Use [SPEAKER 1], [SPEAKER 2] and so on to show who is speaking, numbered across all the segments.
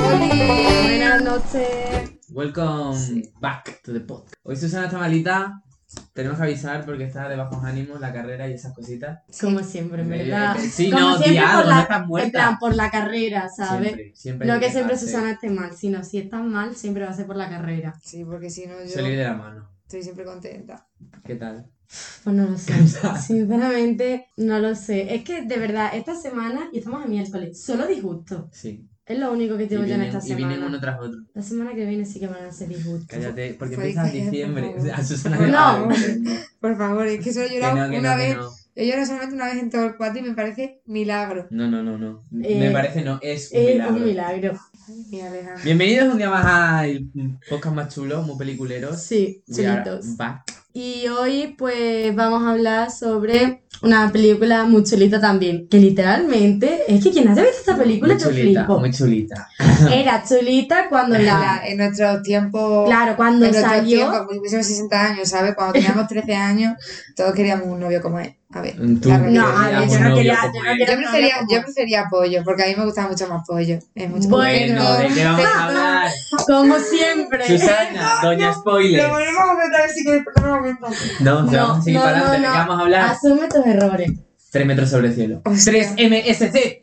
[SPEAKER 1] Buenas noches.
[SPEAKER 2] Welcome back to the podcast. Hoy Susana está malita. Tenemos que avisar porque está de bajos ánimos la carrera y esas cositas.
[SPEAKER 1] Como siempre, en
[SPEAKER 2] Eh,
[SPEAKER 1] verdad.
[SPEAKER 2] Sí,
[SPEAKER 1] Como
[SPEAKER 2] no,
[SPEAKER 1] siempre,
[SPEAKER 2] di algo,
[SPEAKER 1] por
[SPEAKER 2] no
[SPEAKER 1] la,
[SPEAKER 2] estás muerta.
[SPEAKER 1] en plan, por la carrera, ¿sabes?
[SPEAKER 2] Siempre, siempre hay
[SPEAKER 1] No
[SPEAKER 2] que
[SPEAKER 1] que siempre
[SPEAKER 2] dejarse
[SPEAKER 1] Susana esté mal, sino si estás mal, siempre va a ser por la carrera.
[SPEAKER 3] Sí, porque si no yo
[SPEAKER 2] Salir de la mano.
[SPEAKER 3] estoy siempre contenta.
[SPEAKER 2] ¿Qué tal?
[SPEAKER 1] Pues no lo sé.
[SPEAKER 2] Cansada.
[SPEAKER 1] Sinceramente, no lo sé. Es que de verdad, esta semana, y estamos a miércoles, solo disgusto.
[SPEAKER 2] Sí.
[SPEAKER 1] Es lo único que
[SPEAKER 2] Y
[SPEAKER 1] llevo yo en
[SPEAKER 2] vienen,
[SPEAKER 1] esta
[SPEAKER 2] y
[SPEAKER 1] semana.
[SPEAKER 2] vienen uno tras otro.
[SPEAKER 1] La semana que viene sí que van a ser disgustos.
[SPEAKER 2] Cállate, porque
[SPEAKER 3] Fue
[SPEAKER 2] empieza en
[SPEAKER 3] cállate, por
[SPEAKER 2] diciembre.
[SPEAKER 3] favor.
[SPEAKER 2] A Susana
[SPEAKER 3] No.
[SPEAKER 2] le va a dar un-
[SPEAKER 3] Por favor, es que solo he
[SPEAKER 2] Que
[SPEAKER 3] llorado
[SPEAKER 2] no, que
[SPEAKER 3] una
[SPEAKER 2] no, que
[SPEAKER 3] vez.
[SPEAKER 2] no.
[SPEAKER 3] Yo lloro solamente una vez en todo el cuatro y me parece milagro.
[SPEAKER 2] No, no, no, no.
[SPEAKER 1] Eh,
[SPEAKER 2] Me parece no, es un
[SPEAKER 1] Es
[SPEAKER 2] milagro.
[SPEAKER 1] un milagro.
[SPEAKER 3] Ay, mi Alejandro.
[SPEAKER 2] Bienvenidos un día más al podcast más chulo, muy peliculeros.
[SPEAKER 1] Sí,
[SPEAKER 2] We are
[SPEAKER 1] chulitos.
[SPEAKER 2] back.
[SPEAKER 1] Y hoy pues vamos a hablar sobre una película muy chulita también, que literalmente es que quien haya visto esta película
[SPEAKER 2] Muy
[SPEAKER 1] yo
[SPEAKER 2] chulita,
[SPEAKER 1] flipo.
[SPEAKER 2] muy chulita.
[SPEAKER 1] Era chulita cuando la...
[SPEAKER 3] La- en nuestro tiempo,
[SPEAKER 1] Claro, cuando
[SPEAKER 3] en nuestro tiempo,
[SPEAKER 1] salió...
[SPEAKER 3] cuando tuviésemos 60 años, ¿sabes? Cuando teníamos 13 años, todos queríamos un novio como él. A ver.
[SPEAKER 2] Tú
[SPEAKER 3] la realidad.
[SPEAKER 1] No, a ver, yo
[SPEAKER 2] Un
[SPEAKER 1] no
[SPEAKER 2] novio
[SPEAKER 1] quería...
[SPEAKER 2] como
[SPEAKER 1] Yo no
[SPEAKER 2] él.
[SPEAKER 3] Yo
[SPEAKER 1] quería un
[SPEAKER 3] prefería,
[SPEAKER 1] novio como
[SPEAKER 3] yo
[SPEAKER 1] él.
[SPEAKER 3] prefería pollo, porque a mí me gustaba mucho más pollo. Es mucho
[SPEAKER 1] Bueno,
[SPEAKER 2] Bueno, ¿de qué vamos a hablar?
[SPEAKER 1] Como siempre.
[SPEAKER 2] Susana, doña
[SPEAKER 3] Lo
[SPEAKER 2] spoiler.
[SPEAKER 3] volvemos a comentar así que después lo vamos a comentar.
[SPEAKER 2] No, te
[SPEAKER 1] No,
[SPEAKER 2] vamos a seguir
[SPEAKER 1] no,
[SPEAKER 2] para adelante.
[SPEAKER 1] no,
[SPEAKER 2] ¿De qué
[SPEAKER 1] no.
[SPEAKER 2] vamos a hablar?
[SPEAKER 1] Asume tus errores.
[SPEAKER 2] 3 metros sobre el cielo.
[SPEAKER 3] O sea,
[SPEAKER 2] 3 MSC.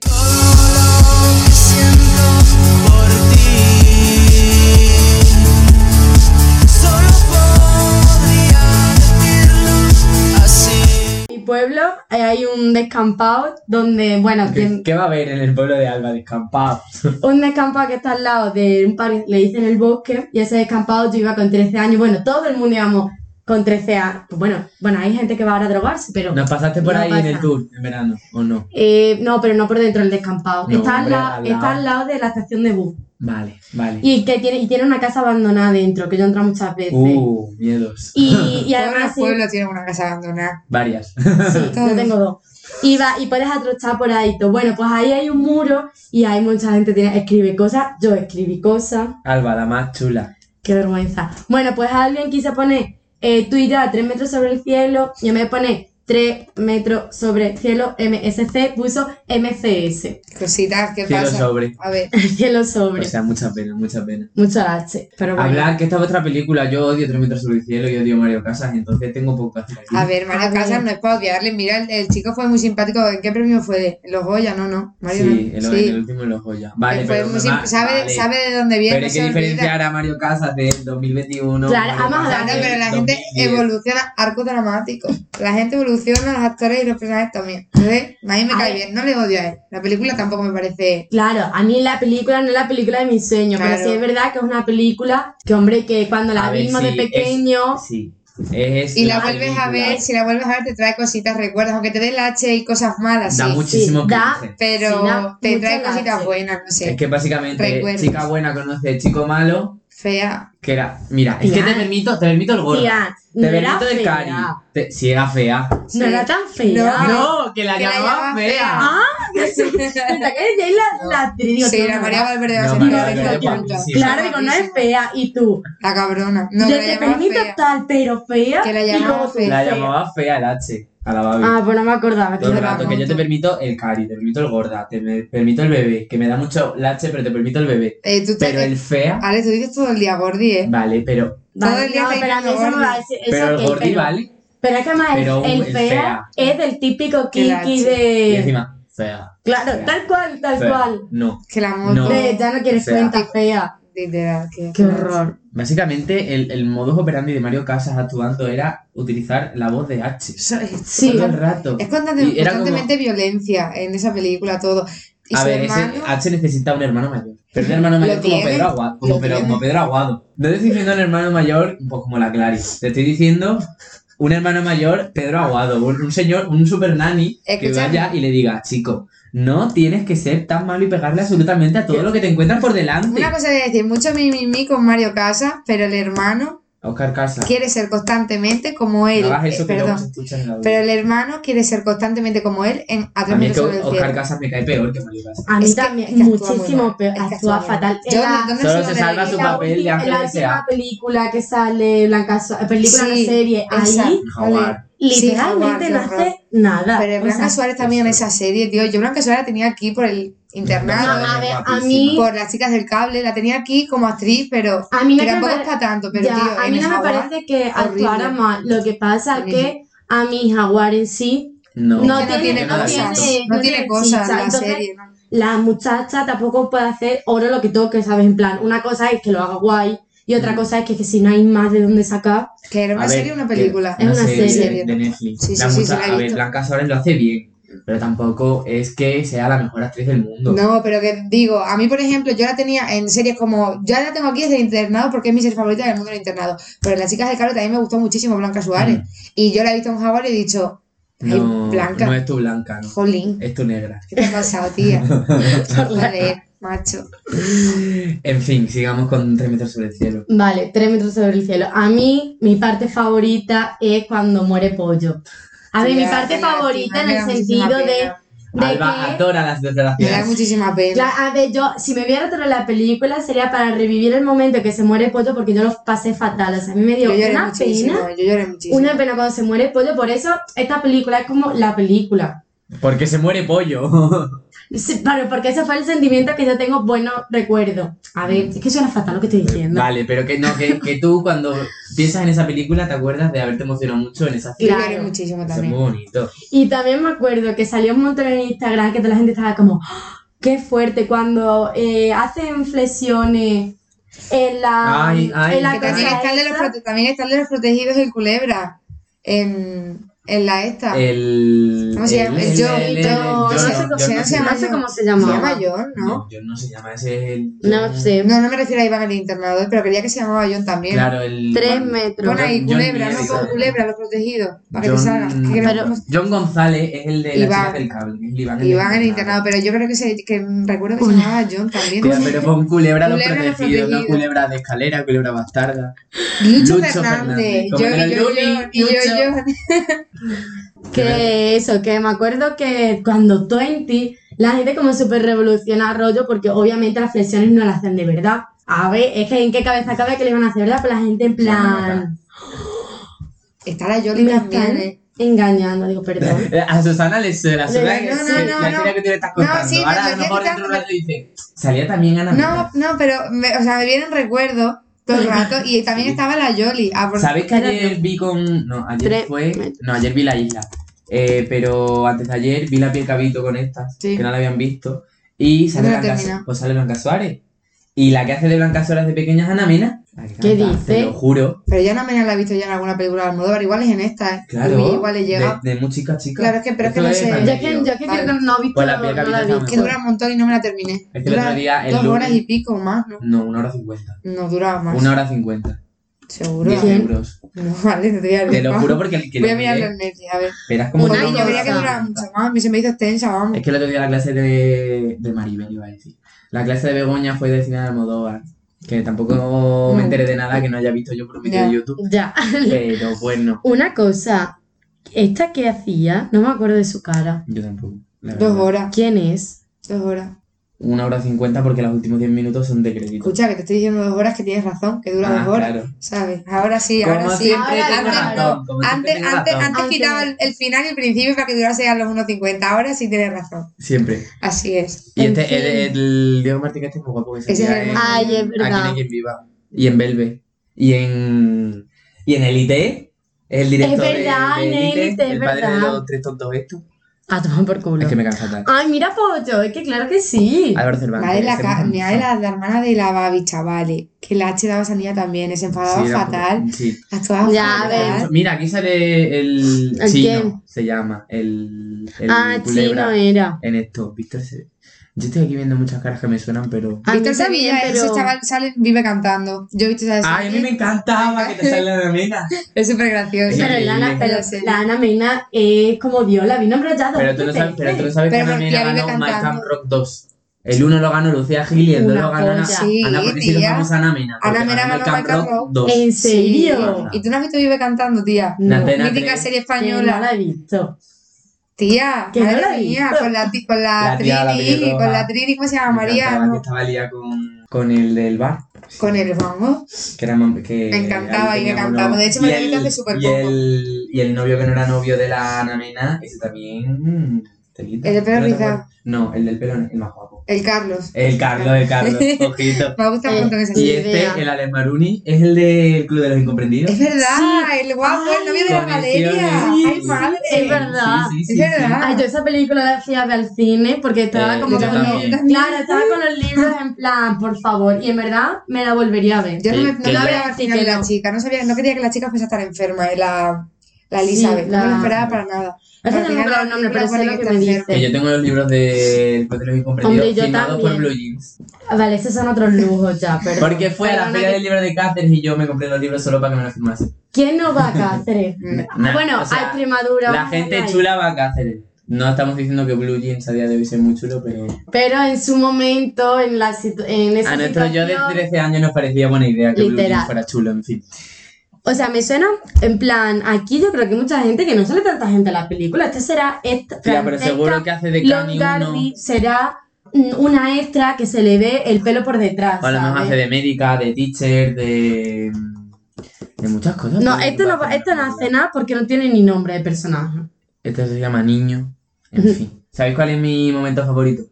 [SPEAKER 1] En mi pueblo eh, hay un descampado donde, bueno,
[SPEAKER 2] ¿Qué,
[SPEAKER 1] quien-
[SPEAKER 2] qué va a haber en el pueblo de Alba descampado?
[SPEAKER 1] un descampado que está al lado de un parque, le dicen el bosque, y ese descampado yo iba con 13 años, bueno, todo el mundo íbamos con 13 años, bueno, bueno, hay gente que va ahora a drogarse, pero...
[SPEAKER 2] ¿Nos pasaste por
[SPEAKER 1] No
[SPEAKER 2] ahí en el
[SPEAKER 1] pasa.
[SPEAKER 2] tour en verano o no?
[SPEAKER 1] Eh, no, pero no por dentro del descampado.
[SPEAKER 2] No,
[SPEAKER 1] está, al
[SPEAKER 2] hombre,
[SPEAKER 1] lado,
[SPEAKER 2] al
[SPEAKER 1] está
[SPEAKER 2] lado.
[SPEAKER 1] al lado de la estación de bus.
[SPEAKER 2] Vale, vale.
[SPEAKER 1] Y este. que tiene, y tiene una casa abandonada dentro, que yo he entrado muchas veces.
[SPEAKER 2] Uh, miedos.
[SPEAKER 1] Y, y
[SPEAKER 3] Todos
[SPEAKER 1] además
[SPEAKER 3] los
[SPEAKER 1] sí,
[SPEAKER 3] pueblos tienen una casa abandonada.
[SPEAKER 2] Varias.
[SPEAKER 1] sí, yo tengo dos. Y, va- y puedes atrochar por ahí. tú, Bueno, pues ahí hay un muro y hay mucha gente que escribe cosas. Yo escribí cosas.
[SPEAKER 2] Alba, la más chula.
[SPEAKER 1] Qué vergüenza. Bueno, pues alguien quiso poner eh, tú y yo a 3 metros sobre el cielo. Yo me pone 3 metros sobre el cielo. MSC puso MCS.
[SPEAKER 3] Cositas que
[SPEAKER 2] Cielo
[SPEAKER 3] pasan.
[SPEAKER 2] sobre.
[SPEAKER 3] A ver,
[SPEAKER 1] cielo
[SPEAKER 2] O
[SPEAKER 1] sobre.
[SPEAKER 2] sea, mucha pena, mucha pena.
[SPEAKER 1] Mucho H. Pero bueno.
[SPEAKER 2] Hablar que esta es vuestra película, yo odio 3 metros sobre el cielo y odio Mario Casas, entonces tengo poco que hacer aquí.
[SPEAKER 3] A ver, Mario
[SPEAKER 1] A ver.
[SPEAKER 3] Casas no es para odiarle. Mira, el, el chico fue muy simpático. ¿En qué premio fue? ¿En los Goya? No, no. Mario
[SPEAKER 2] sí,
[SPEAKER 3] no.
[SPEAKER 2] el,
[SPEAKER 3] sí.
[SPEAKER 2] el último en los Goya. Vale,
[SPEAKER 3] Él fue
[SPEAKER 2] pero
[SPEAKER 3] muy
[SPEAKER 2] no
[SPEAKER 3] simp-
[SPEAKER 2] va-
[SPEAKER 3] sabe,
[SPEAKER 2] vale.
[SPEAKER 3] sabe de dónde viene.
[SPEAKER 2] Pero hay
[SPEAKER 3] no
[SPEAKER 2] que
[SPEAKER 3] se olvida.
[SPEAKER 2] diferenciar a Mario Casas del 2021.
[SPEAKER 1] Claro,
[SPEAKER 2] Mario
[SPEAKER 1] vamos a
[SPEAKER 2] Casas
[SPEAKER 3] Claro,
[SPEAKER 2] del
[SPEAKER 3] pero la gente
[SPEAKER 2] 2010.
[SPEAKER 3] evoluciona arco dramático. La gente evoluciona, los actores y los personajes también. Entonces, a mí me
[SPEAKER 1] A
[SPEAKER 3] cae
[SPEAKER 1] ver.
[SPEAKER 3] bien. No le odio a él. La película tampoco me parece.
[SPEAKER 1] Claro, a mí la película no es la película de mis sueños,
[SPEAKER 3] Claro.
[SPEAKER 1] pero sí es verdad que es una película que, hombre, que cuando la
[SPEAKER 2] A ver,
[SPEAKER 1] vimos
[SPEAKER 2] sí,
[SPEAKER 1] de pequeño,
[SPEAKER 2] Sí. Es
[SPEAKER 3] Y la vuelves a
[SPEAKER 2] película.
[SPEAKER 3] ver, si la vuelves a ver, te trae cositas, recuerdas, aunque te dé el H y cosas malas.
[SPEAKER 2] Da
[SPEAKER 3] sí.
[SPEAKER 2] muchísimo
[SPEAKER 1] sí, da-
[SPEAKER 2] cringe.
[SPEAKER 3] Pero
[SPEAKER 1] Sí, da
[SPEAKER 3] te
[SPEAKER 1] mucho
[SPEAKER 3] trae cositas
[SPEAKER 1] lache.
[SPEAKER 3] buenas, no sé.
[SPEAKER 2] Es que básicamente
[SPEAKER 3] Recuerdos.
[SPEAKER 2] chica buena conoce chico malo,
[SPEAKER 3] Fea.
[SPEAKER 2] que era, mira, es que
[SPEAKER 1] Tía.
[SPEAKER 2] te permito, te permito el gordo.
[SPEAKER 1] tía,
[SPEAKER 2] te
[SPEAKER 1] no era
[SPEAKER 2] permito el cari.
[SPEAKER 1] fea.
[SPEAKER 2] Te- si era fea.
[SPEAKER 1] No era tan fea.
[SPEAKER 3] Ah,
[SPEAKER 2] no, que la
[SPEAKER 3] que la
[SPEAKER 2] llamaban
[SPEAKER 3] llamaban
[SPEAKER 2] fea.
[SPEAKER 3] fea.
[SPEAKER 1] Ah, Hasta que decíais la, la actriz, digo,
[SPEAKER 3] Sí,
[SPEAKER 1] tío,
[SPEAKER 3] la
[SPEAKER 1] no,
[SPEAKER 3] María Valverde va a
[SPEAKER 2] No,
[SPEAKER 3] ser
[SPEAKER 2] María
[SPEAKER 3] una de
[SPEAKER 2] Valverde
[SPEAKER 3] estas
[SPEAKER 2] guapísima.
[SPEAKER 3] juntas.
[SPEAKER 1] Claro, digo, no es fea. Y tú,
[SPEAKER 3] La cabrona. No,
[SPEAKER 1] yo
[SPEAKER 3] que la
[SPEAKER 1] te
[SPEAKER 3] llamaba
[SPEAKER 1] permito
[SPEAKER 3] fea.
[SPEAKER 1] tal, pero fea.
[SPEAKER 3] Que la
[SPEAKER 1] y
[SPEAKER 3] llamaba
[SPEAKER 1] luego tú,
[SPEAKER 3] fea.
[SPEAKER 2] La llamaba fea el H, a la Babi.
[SPEAKER 1] Ah, pues no me acordaba.
[SPEAKER 2] Todo
[SPEAKER 1] tío,
[SPEAKER 2] el
[SPEAKER 3] te la
[SPEAKER 2] rato, que yo
[SPEAKER 3] monto.
[SPEAKER 2] te permito el cari, te permito el gorda, te me- permito el bebé, que me da mucho el H, pero te permito el bebé.
[SPEAKER 3] Eh, tú te-
[SPEAKER 2] Pero el fea,
[SPEAKER 3] Ale, tú dices todo el día gordi, ¿eh?
[SPEAKER 2] vale, pero,
[SPEAKER 1] Vale,
[SPEAKER 3] Todo el día
[SPEAKER 1] no,
[SPEAKER 3] te
[SPEAKER 1] pero a mí
[SPEAKER 3] diciendo
[SPEAKER 1] eso me va a
[SPEAKER 3] gordi.
[SPEAKER 1] decir. eso
[SPEAKER 2] pero el
[SPEAKER 1] ok,
[SPEAKER 2] gordi
[SPEAKER 1] pero-
[SPEAKER 2] vale.
[SPEAKER 1] Pero es que además el-
[SPEAKER 2] Pero un-
[SPEAKER 1] el,
[SPEAKER 2] el
[SPEAKER 1] fea,
[SPEAKER 2] fea.
[SPEAKER 1] es del típico
[SPEAKER 3] Que la
[SPEAKER 1] kinky
[SPEAKER 3] hache.
[SPEAKER 2] Y
[SPEAKER 1] de.
[SPEAKER 2] encima, fea.
[SPEAKER 1] Claro,
[SPEAKER 2] Fea.
[SPEAKER 1] tal cual, eh, tal
[SPEAKER 2] fea.
[SPEAKER 1] cual.
[SPEAKER 2] No.
[SPEAKER 3] Que la moto.
[SPEAKER 2] No.
[SPEAKER 1] Hombre, ya no quieres
[SPEAKER 2] Fea.
[SPEAKER 1] cuenta fea.
[SPEAKER 3] Literal, que-
[SPEAKER 1] Qué horror.
[SPEAKER 2] Básicamente, el, el modus operandi de Mario Casas actuando era utilizar la voz de H.
[SPEAKER 3] Eso es-
[SPEAKER 1] Sí.
[SPEAKER 2] Todo el rato.
[SPEAKER 3] Es constante-
[SPEAKER 2] Y era como-
[SPEAKER 3] constantemente violencia en esa película, todo. Y
[SPEAKER 2] A
[SPEAKER 3] su
[SPEAKER 2] ver, ese
[SPEAKER 3] hermano.
[SPEAKER 2] H necesita un hermano mayor. Pero un hermano mayor
[SPEAKER 3] Lo
[SPEAKER 2] como
[SPEAKER 3] tiene,
[SPEAKER 2] Pedro Aguado. Como,
[SPEAKER 3] lo
[SPEAKER 2] pero,
[SPEAKER 3] tiene.
[SPEAKER 2] como Pedro Aguado. No te estoy diciendo un hermano mayor pues, como la Clary. Te estoy diciendo un hermano mayor, Pedro Aguado. Un, un señor, un super nani que
[SPEAKER 3] Escúchame.
[SPEAKER 2] vaya y le diga, chico, no tienes que ser tan malo y pegarle absolutamente a todo lo que te encuentras por delante.
[SPEAKER 3] Una cosa de decir, mucho mi, mi, mi con Mario Casas, pero el hermano
[SPEAKER 2] Oscar Casa.
[SPEAKER 3] quiere ser constantemente como él.
[SPEAKER 2] No hagas eso
[SPEAKER 3] Eh,
[SPEAKER 2] que luego se
[SPEAKER 3] perdón.
[SPEAKER 2] escucha en el audio.
[SPEAKER 3] Pero el hermano quiere ser constantemente como él en A
[SPEAKER 2] A
[SPEAKER 3] tres
[SPEAKER 2] mí es que
[SPEAKER 3] metros sobre el
[SPEAKER 2] Oscar
[SPEAKER 3] cielo.
[SPEAKER 2] Casas me cae peor que Mario Casas.
[SPEAKER 1] A mí
[SPEAKER 3] Es que-
[SPEAKER 1] también,
[SPEAKER 3] es que actúa muy
[SPEAKER 1] muchísimo
[SPEAKER 3] mal.
[SPEAKER 1] peor.
[SPEAKER 3] Es
[SPEAKER 1] actúa
[SPEAKER 3] que actúa muy
[SPEAKER 1] fatal.
[SPEAKER 3] Yo,
[SPEAKER 1] Era-
[SPEAKER 3] ¿dónde
[SPEAKER 2] Solo
[SPEAKER 3] lo
[SPEAKER 2] se
[SPEAKER 3] de
[SPEAKER 2] salva
[SPEAKER 3] Lili?
[SPEAKER 2] su
[SPEAKER 1] la
[SPEAKER 2] papel de
[SPEAKER 1] última-
[SPEAKER 2] Ángel
[SPEAKER 1] la
[SPEAKER 2] S.A.
[SPEAKER 1] última película que sale, Blanca, Su- película,
[SPEAKER 3] Sí,
[SPEAKER 1] una serie,
[SPEAKER 3] esa.
[SPEAKER 1] ahí
[SPEAKER 2] Jaguar.
[SPEAKER 3] Sí,
[SPEAKER 1] literalmente
[SPEAKER 3] Jaguar,
[SPEAKER 1] no
[SPEAKER 3] qué
[SPEAKER 1] hace nada.
[SPEAKER 3] Pero
[SPEAKER 1] O
[SPEAKER 3] Blanca
[SPEAKER 1] sea,
[SPEAKER 3] Suárez también en esa serie, tío. Yo Blanca Suárez la tenía aquí por el internado,
[SPEAKER 1] No, a ver, a
[SPEAKER 2] guapísima.
[SPEAKER 1] mí-
[SPEAKER 3] por las chicas del cable, la tenía aquí como actriz, pero
[SPEAKER 1] a mí no
[SPEAKER 3] que
[SPEAKER 1] me
[SPEAKER 3] tampoco
[SPEAKER 1] pare-
[SPEAKER 3] es para tanto, pero
[SPEAKER 1] Ya,
[SPEAKER 3] tío,
[SPEAKER 1] a
[SPEAKER 3] en
[SPEAKER 1] mí no me
[SPEAKER 3] Jaguar,
[SPEAKER 1] parece que
[SPEAKER 3] horrible.
[SPEAKER 1] actuara mal. Lo que pasa es que
[SPEAKER 3] Horrible.
[SPEAKER 1] a mi jaguar en sí
[SPEAKER 2] No,
[SPEAKER 1] no,
[SPEAKER 3] que no tiene
[SPEAKER 1] no
[SPEAKER 3] cosas,
[SPEAKER 1] tiene-
[SPEAKER 3] no
[SPEAKER 1] no
[SPEAKER 3] tiene
[SPEAKER 1] tiene
[SPEAKER 3] cosas
[SPEAKER 1] chicha,
[SPEAKER 3] la
[SPEAKER 1] entonces-
[SPEAKER 3] serie, ¿no?
[SPEAKER 1] la muchacha tampoco puede hacer oro lo que toque, ¿sabes? En plan, una cosa es que lo haga guay y otra
[SPEAKER 2] Mm.
[SPEAKER 1] cosa es que, que si no hay más de dónde sacar.
[SPEAKER 3] Que era una
[SPEAKER 2] A ver,
[SPEAKER 3] serie o una
[SPEAKER 2] que-
[SPEAKER 3] película.
[SPEAKER 1] Es una
[SPEAKER 3] serie.
[SPEAKER 2] de Netflix.
[SPEAKER 3] Sí, sí,
[SPEAKER 2] La
[SPEAKER 3] sí,
[SPEAKER 2] mucha-
[SPEAKER 3] sí, la he
[SPEAKER 2] a ver,
[SPEAKER 3] visto.
[SPEAKER 2] Blanca Suárez lo hace bien, pero tampoco es que sea la mejor actriz del mundo.
[SPEAKER 3] No, pero que digo, a mí, por ejemplo, yo la tenía en series como. Yo la tengo aquí desde el internado porque es mi serie favorita del mundo del internado. Pero en las chicas del cable también me gustó muchísimo Blanca Suárez. Y yo la he visto en Jaguar y he dicho, ay,
[SPEAKER 2] Mm. No,
[SPEAKER 3] Blanca,
[SPEAKER 2] no es tu blanca, no.
[SPEAKER 3] jolín,
[SPEAKER 2] Es tu negra.
[SPEAKER 3] ¿qué te ha pasado, tía? Joder, macho.
[SPEAKER 2] En fin, sigamos con tres metros sobre el cielo.
[SPEAKER 1] Vale, tres metros sobre el cielo. A mí, mi parte favorita es cuando muere pollo. A ver, mi
[SPEAKER 3] Tía,
[SPEAKER 1] parte
[SPEAKER 3] tía,
[SPEAKER 1] favorita
[SPEAKER 3] tía,
[SPEAKER 1] en
[SPEAKER 3] me
[SPEAKER 1] el
[SPEAKER 3] da muchísima
[SPEAKER 1] sentido de,
[SPEAKER 3] pena.
[SPEAKER 1] de
[SPEAKER 2] Alba
[SPEAKER 1] que...
[SPEAKER 2] adora las
[SPEAKER 3] Me da
[SPEAKER 2] desgracias.
[SPEAKER 3] muchísima pena.
[SPEAKER 1] Cla- a ver, yo, si me hubiera traído la película sería para revivir el momento que se muere Pollo porque yo lo pasé fatal. O sea, a mí me dio
[SPEAKER 3] yo lloré
[SPEAKER 1] una
[SPEAKER 3] muchísimo,
[SPEAKER 1] pena,
[SPEAKER 3] yo lloré muchísimo.
[SPEAKER 1] una pena cuando se muere Pollo. Por eso esta película es como la película.
[SPEAKER 2] Porque se muere pollo.
[SPEAKER 1] Sí, pero porque ese fue el sentimiento que yo tengo bueno recuerdo. A ver, es que suena fatal lo que estoy diciendo.
[SPEAKER 2] Vale, pero que no, que, que tú cuando piensas en esa película te acuerdas de haberte emocionado mucho en esa
[SPEAKER 3] Yo
[SPEAKER 2] fiesta.
[SPEAKER 3] lloré
[SPEAKER 1] claro.
[SPEAKER 3] muchísimo
[SPEAKER 2] Eso es
[SPEAKER 3] también.
[SPEAKER 2] muy bonito.
[SPEAKER 1] Y también me acuerdo que salió un montón en Instagram que toda la gente estaba como, "¡Ah! qué fuerte cuando eh, hacen flexiones en la,
[SPEAKER 2] Ay, ay,
[SPEAKER 1] en la
[SPEAKER 3] Que también
[SPEAKER 1] cosa
[SPEAKER 3] está, el de los
[SPEAKER 1] esa.
[SPEAKER 3] prote- también está el de los protegidos del culebra. En, en la esta.
[SPEAKER 2] Eh, El.
[SPEAKER 3] ¿Cómo se llama?
[SPEAKER 2] El,
[SPEAKER 3] El John,
[SPEAKER 2] el- el-
[SPEAKER 1] John,
[SPEAKER 2] el-
[SPEAKER 1] no
[SPEAKER 2] John,
[SPEAKER 1] sé
[SPEAKER 2] John,
[SPEAKER 1] cómo
[SPEAKER 2] John,
[SPEAKER 3] se llama.
[SPEAKER 1] No sé cómo se
[SPEAKER 3] se
[SPEAKER 1] llamaba.
[SPEAKER 3] llama John, ¿no?
[SPEAKER 2] No, John no se llama, ese es el.
[SPEAKER 1] No
[SPEAKER 2] John-
[SPEAKER 1] sé.
[SPEAKER 3] No, no me refiero a Iván el internado, pero creía que se llamaba John también.
[SPEAKER 2] Claro, el.
[SPEAKER 1] Tres metros.
[SPEAKER 3] Pon ahí
[SPEAKER 2] John-
[SPEAKER 3] culebra,
[SPEAKER 2] John
[SPEAKER 3] no
[SPEAKER 2] Nieves,
[SPEAKER 3] con
[SPEAKER 2] ¿sabes?
[SPEAKER 3] culebra, los protegidos, para que te salga.
[SPEAKER 2] John,
[SPEAKER 3] Que
[SPEAKER 1] Pero-
[SPEAKER 3] queremos-
[SPEAKER 2] John González es el de la
[SPEAKER 3] Iván.
[SPEAKER 2] chica del cable, que es el Iván,
[SPEAKER 3] Iván el internado, pero yo creo que, se, que recuerdo que se llamaba John también.
[SPEAKER 2] Tía, pero fue un culebra a los
[SPEAKER 3] Culebra a los
[SPEAKER 2] protegidos, no
[SPEAKER 3] protegidos.
[SPEAKER 2] culebra de escalera, culebra bastarda.
[SPEAKER 3] Lucho,
[SPEAKER 2] Lucho
[SPEAKER 3] Fernández,
[SPEAKER 2] Fernández,
[SPEAKER 3] yo,
[SPEAKER 2] como era el
[SPEAKER 3] yo, yo,
[SPEAKER 2] Luli,
[SPEAKER 3] y yo,
[SPEAKER 2] Lucho.
[SPEAKER 3] yo.
[SPEAKER 1] Que eso, que me acuerdo que cuando Twenty, la gente como súper revoluciona rollo, porque obviamente las flexiones no las hacen de verdad. A ver, es que en qué cabeza cabe que le iban a hacer, ¿verdad? Pero la gente en plan
[SPEAKER 3] Está la Yoli
[SPEAKER 1] Me
[SPEAKER 3] también,
[SPEAKER 1] están-
[SPEAKER 3] ¿eh?
[SPEAKER 1] engañando, digo, perdón.
[SPEAKER 2] Eh, A Susana le suena,
[SPEAKER 1] Le-
[SPEAKER 2] Susana
[SPEAKER 1] no,
[SPEAKER 2] que-
[SPEAKER 3] no, no,
[SPEAKER 2] la historia
[SPEAKER 3] no.
[SPEAKER 2] que tú le estás
[SPEAKER 3] No,
[SPEAKER 2] contando.
[SPEAKER 3] sí,
[SPEAKER 2] Ahora a
[SPEAKER 3] me
[SPEAKER 2] lo
[SPEAKER 3] estoy
[SPEAKER 2] mejor dentro de
[SPEAKER 3] quitando-
[SPEAKER 2] un rato dice, salía también Ana
[SPEAKER 3] No,
[SPEAKER 2] Mena.
[SPEAKER 3] no, pero, me, o sea, me vienen recuerdos todo el rato y también estaba la Yoli. Ah, por-
[SPEAKER 2] ¿Sabéis que
[SPEAKER 1] Era
[SPEAKER 2] ayer vi con. No, ayer
[SPEAKER 1] Tres
[SPEAKER 2] fue. No, ayer vi la isla. Eh, pero antes de ayer vi la piel cabito con estas,
[SPEAKER 3] Sí.
[SPEAKER 2] que no la habían visto. Y sale
[SPEAKER 3] No la
[SPEAKER 2] Blanca,
[SPEAKER 3] termina.
[SPEAKER 2] pues sale Blanca Suárez. Y la que hace de Blanca Suárez de pequeña es Ana Mena. La que
[SPEAKER 1] ¿Qué
[SPEAKER 2] canta, Te
[SPEAKER 1] dice?
[SPEAKER 2] lo juro.
[SPEAKER 3] Pero ya no me la he visto ya en alguna película de Almodóvar, igual es en esta, ¿eh?
[SPEAKER 2] Claro.
[SPEAKER 3] Uy, igual le llega.
[SPEAKER 2] De, de muy chica a chica.
[SPEAKER 3] Claro, es que- pero es que
[SPEAKER 2] Esto
[SPEAKER 3] no sé.
[SPEAKER 1] Yo
[SPEAKER 2] Ana
[SPEAKER 1] es que,
[SPEAKER 2] Mena.
[SPEAKER 1] yo es que
[SPEAKER 3] Vale.
[SPEAKER 1] creo que no he visto,
[SPEAKER 2] Pues la piel
[SPEAKER 1] no la he
[SPEAKER 2] capitana
[SPEAKER 1] visto.
[SPEAKER 3] Que dura un montón y no me la terminé.
[SPEAKER 2] Es que el
[SPEAKER 3] Dura
[SPEAKER 2] Este otro día el
[SPEAKER 3] dos
[SPEAKER 2] Luli-
[SPEAKER 3] horas y pico más, ¿no?
[SPEAKER 2] No, una hora cincuenta.
[SPEAKER 3] No duraba más.
[SPEAKER 2] Una hora cincuenta.
[SPEAKER 3] Seguro.
[SPEAKER 2] Diez
[SPEAKER 1] ¿Quién?
[SPEAKER 2] euros.
[SPEAKER 3] No, vale, no te voy a
[SPEAKER 2] Te
[SPEAKER 3] decir
[SPEAKER 2] lo
[SPEAKER 3] más.
[SPEAKER 2] juro porque el que
[SPEAKER 3] Voy a
[SPEAKER 2] lo
[SPEAKER 3] mirarlo
[SPEAKER 2] mire,
[SPEAKER 3] en Netflix, a ver.
[SPEAKER 2] verás como...
[SPEAKER 1] Una
[SPEAKER 3] Jolín, yo creía que
[SPEAKER 1] cosa.
[SPEAKER 3] duraba mucho más. A mí se me hizo extensa, vamos.
[SPEAKER 2] Es que el otro día la clase de, de Maribel iba a decir. La clase de Begoña fue de cine de Almodóvar. Que tampoco me enteré de nada que no haya visto yo por un vídeo
[SPEAKER 3] Ya.
[SPEAKER 2] de YouTube.
[SPEAKER 1] Ya.
[SPEAKER 2] Pero bueno,
[SPEAKER 1] Una cosa, esta que hacía, no me acuerdo de su cara.
[SPEAKER 2] yo tampoco. la
[SPEAKER 3] Dos
[SPEAKER 2] verdad.
[SPEAKER 3] horas,
[SPEAKER 1] ¿Quién es?
[SPEAKER 3] dos horas.
[SPEAKER 2] Una hora cincuenta porque los últimos diez minutos son de crédito.
[SPEAKER 3] Escucha, que te estoy diciendo dos horas, que tienes razón, que dura
[SPEAKER 2] Ah,
[SPEAKER 3] dos horas,
[SPEAKER 2] claro.
[SPEAKER 3] ¿sabes? Ahora sí,
[SPEAKER 2] Como
[SPEAKER 3] ahora sí.
[SPEAKER 2] siempre
[SPEAKER 1] Ahora
[SPEAKER 2] tengo
[SPEAKER 1] sí,
[SPEAKER 3] Antes no.
[SPEAKER 2] razón. como siempre
[SPEAKER 3] Antes,
[SPEAKER 2] tengo
[SPEAKER 3] antes,
[SPEAKER 2] razón.
[SPEAKER 3] antes
[SPEAKER 1] Antes.
[SPEAKER 3] quitaba el, el final y el principio para que durase a los 1.50. Ahora sí tienes razón.
[SPEAKER 2] Siempre.
[SPEAKER 3] Así es.
[SPEAKER 2] Y
[SPEAKER 1] En
[SPEAKER 2] este, el,
[SPEAKER 1] fin.
[SPEAKER 2] el Diego Martín este es muy guapo que se
[SPEAKER 3] Ese es el más-
[SPEAKER 1] Ay, es
[SPEAKER 2] Aquí no hay
[SPEAKER 1] verdad.
[SPEAKER 2] quien viva. Y en Velve. Y en. Y en Elite. Es el director
[SPEAKER 1] Es verdad,
[SPEAKER 2] de, de
[SPEAKER 1] en
[SPEAKER 2] Elite,
[SPEAKER 1] Élite, es
[SPEAKER 2] el padre de
[SPEAKER 1] verdad.
[SPEAKER 2] los tres tontos estos.
[SPEAKER 1] A tomar Ah, por culo.
[SPEAKER 2] Es que me Ah, cansa tanto.
[SPEAKER 1] Ay, mira Pollo, es que claro que sí.
[SPEAKER 2] Álvaro Cervantes.
[SPEAKER 3] La de la,
[SPEAKER 2] ese
[SPEAKER 3] ca-
[SPEAKER 2] es muy
[SPEAKER 3] la de
[SPEAKER 2] guapo.
[SPEAKER 3] la, la hermana de la Babi, chavales. Que la H daba esa niña también. Se enfadaba
[SPEAKER 2] Sí, era un poco-
[SPEAKER 3] fatal.
[SPEAKER 2] sí. Ah, eh,
[SPEAKER 3] Actuaba
[SPEAKER 1] Ya, a
[SPEAKER 3] fatal.
[SPEAKER 1] ver.
[SPEAKER 2] Mira, aquí sale el,
[SPEAKER 1] ¿El
[SPEAKER 2] chino,
[SPEAKER 1] quién?
[SPEAKER 2] se llama. El, el
[SPEAKER 1] Ah,
[SPEAKER 2] culebra
[SPEAKER 1] chino era.
[SPEAKER 2] en esto. Víctor se- Yo estoy aquí viendo muchas caras que me suenan, pero.
[SPEAKER 1] A mí
[SPEAKER 3] Víctor
[SPEAKER 1] también,
[SPEAKER 3] Sevilla, ese
[SPEAKER 1] pero-
[SPEAKER 3] chaval sale, vive cantando. Yo he visto esa
[SPEAKER 2] Ay, a mí me encantaba que te salga la mena.
[SPEAKER 3] Es súper gracioso.
[SPEAKER 2] Ella-
[SPEAKER 1] Pero la, Ana,
[SPEAKER 2] increíble.
[SPEAKER 1] pero
[SPEAKER 3] Lo sé.
[SPEAKER 1] la Ana Mena es como Dios, la vino embrollada.
[SPEAKER 2] Pero tú, no sabes, pero tú no sabes
[SPEAKER 3] Pero
[SPEAKER 2] que
[SPEAKER 3] porque
[SPEAKER 2] Ana Mena
[SPEAKER 3] ahí me
[SPEAKER 2] ganó My
[SPEAKER 3] cantando.
[SPEAKER 2] Camp Rock 2. El 1 lo ganó Lucía Gil y el 2
[SPEAKER 1] Una
[SPEAKER 2] lo ganó Ana,
[SPEAKER 1] polla.
[SPEAKER 3] Sí,
[SPEAKER 2] Ana porque se hizo
[SPEAKER 3] tía.
[SPEAKER 2] famosa Ana Mena. porque
[SPEAKER 3] Ana Mena
[SPEAKER 2] ganó My
[SPEAKER 3] ganó My Camp Rock
[SPEAKER 2] 2.
[SPEAKER 1] ¿En
[SPEAKER 3] Sí.
[SPEAKER 1] serio?
[SPEAKER 3] ¿Y tú no has visto Vive cantando, tía?
[SPEAKER 1] No,
[SPEAKER 2] Nace- Antena
[SPEAKER 3] Mítica
[SPEAKER 2] tres.
[SPEAKER 1] que
[SPEAKER 3] serie
[SPEAKER 1] no
[SPEAKER 3] española.
[SPEAKER 1] la he visto.
[SPEAKER 3] Tía,
[SPEAKER 1] Que no
[SPEAKER 3] madre
[SPEAKER 1] la he
[SPEAKER 3] mía,
[SPEAKER 1] visto.
[SPEAKER 3] con la, ti- con la,
[SPEAKER 2] La tía, la
[SPEAKER 3] Trini,
[SPEAKER 2] pelirroja.
[SPEAKER 3] con la Trini, ¿cómo se llama?
[SPEAKER 2] Me encantaba
[SPEAKER 3] María,
[SPEAKER 2] que
[SPEAKER 3] ¿no?
[SPEAKER 2] estaba liada con, con el del bar.
[SPEAKER 3] con el bongo.
[SPEAKER 2] Que era mam- que
[SPEAKER 3] Me encantaba
[SPEAKER 2] ahí
[SPEAKER 3] y me
[SPEAKER 2] teníamos
[SPEAKER 3] encantaba.
[SPEAKER 2] uno-
[SPEAKER 3] De hecho, me
[SPEAKER 2] y
[SPEAKER 3] lo vi
[SPEAKER 2] el-
[SPEAKER 3] hace súper
[SPEAKER 2] y
[SPEAKER 3] poco.
[SPEAKER 2] el, y el novio que no era novio de la Ana Mena, ese también. mm, telita.
[SPEAKER 3] El del pelo
[SPEAKER 2] ¿No te
[SPEAKER 3] rizado.
[SPEAKER 2] acuerdas? No, el del pelo, el más guapo.
[SPEAKER 3] El Carlos.
[SPEAKER 2] El Carlos, el Carlos, ojito.
[SPEAKER 3] Me gusta un
[SPEAKER 1] Eh,
[SPEAKER 3] montón ese
[SPEAKER 2] Y
[SPEAKER 1] Ni idea.
[SPEAKER 2] este, el Alemaruni, es el del Club de los Incomprendidos.
[SPEAKER 3] Es verdad, el guapo, el novio de la
[SPEAKER 2] Conexiones.
[SPEAKER 3] Valeria.
[SPEAKER 1] Sí,
[SPEAKER 3] Ay,
[SPEAKER 1] sí,
[SPEAKER 3] madre.
[SPEAKER 1] es verdad.
[SPEAKER 2] Sí, sí, sí,
[SPEAKER 3] Es
[SPEAKER 2] sí.
[SPEAKER 3] verdad.
[SPEAKER 1] Ay, yo esa película la fui a ver al cine porque estaba
[SPEAKER 2] Eh,
[SPEAKER 1] como
[SPEAKER 2] yo
[SPEAKER 1] con los-
[SPEAKER 2] también.
[SPEAKER 1] Claro, estaba con los libros en plan, por favor. Y en verdad me la volvería a ver.
[SPEAKER 3] Yo no, me, no
[SPEAKER 2] Que-
[SPEAKER 3] me
[SPEAKER 2] que
[SPEAKER 3] esperaba
[SPEAKER 1] ya-
[SPEAKER 3] al final
[SPEAKER 1] que
[SPEAKER 3] de la
[SPEAKER 1] no.
[SPEAKER 3] chica, no, sabía, no quería que la chica fuese a estar enferma, eh, la, la
[SPEAKER 1] Sí,
[SPEAKER 3] Elizabeth, no me
[SPEAKER 1] la-
[SPEAKER 3] lo esperaba para nada.
[SPEAKER 1] Es que
[SPEAKER 3] Al
[SPEAKER 1] no me
[SPEAKER 3] final
[SPEAKER 1] acuerdo
[SPEAKER 3] la
[SPEAKER 1] el nombre, pero
[SPEAKER 3] película
[SPEAKER 1] sé lo
[SPEAKER 3] parece
[SPEAKER 1] que
[SPEAKER 3] que
[SPEAKER 1] me
[SPEAKER 3] está
[SPEAKER 2] Que
[SPEAKER 1] dice.
[SPEAKER 2] yo tengo los libros de El Club de los Incomprendidos
[SPEAKER 1] Hombre, yo
[SPEAKER 2] firmados por
[SPEAKER 1] también.
[SPEAKER 2] Blue Jeans.
[SPEAKER 1] Ah, Vale, esos son otros lujos ya, pero.
[SPEAKER 2] Porque fue a la
[SPEAKER 1] Perdona
[SPEAKER 2] feria
[SPEAKER 1] que-
[SPEAKER 2] del libro de Cáceres y yo me compré los libros solo para que me los firmase.
[SPEAKER 1] ¿Quién no va a Cáceres?
[SPEAKER 2] Nah,
[SPEAKER 1] Mm. bueno,
[SPEAKER 2] o sea,
[SPEAKER 1] a Extremadura.
[SPEAKER 2] La
[SPEAKER 1] vamos
[SPEAKER 2] gente
[SPEAKER 1] ahí.
[SPEAKER 2] chula va a Cáceres. No estamos diciendo que Blue Jeans a día de hoy sea muy chulo, pero
[SPEAKER 1] Pero en su momento, en, la situ- en esa
[SPEAKER 2] a nuestro yo de
[SPEAKER 1] situación-
[SPEAKER 2] 13 años nos parecía buena idea que Blue
[SPEAKER 1] Literal.
[SPEAKER 2] Jeans fuera chulo, en fin.
[SPEAKER 1] O sea, me suena, en plan, aquí yo creo que hay mucha gente que no sale tanta gente a la película. Este será esta.
[SPEAKER 2] Tía, pero seguro que hace de Cani uno.
[SPEAKER 1] será mm, una extra que se le ve el pelo por detrás.
[SPEAKER 2] O a lo mejor
[SPEAKER 1] ¿sabes?
[SPEAKER 2] hace de médica, de teacher, de. de muchas cosas.
[SPEAKER 1] No,
[SPEAKER 2] pero
[SPEAKER 1] esto no, va- esto no hace nada porque no tiene ni nombre de personaje.
[SPEAKER 2] Esto Este se llama niño. En
[SPEAKER 1] Ujú.
[SPEAKER 2] fin. ¿Sabéis cuál es mi momento favorito?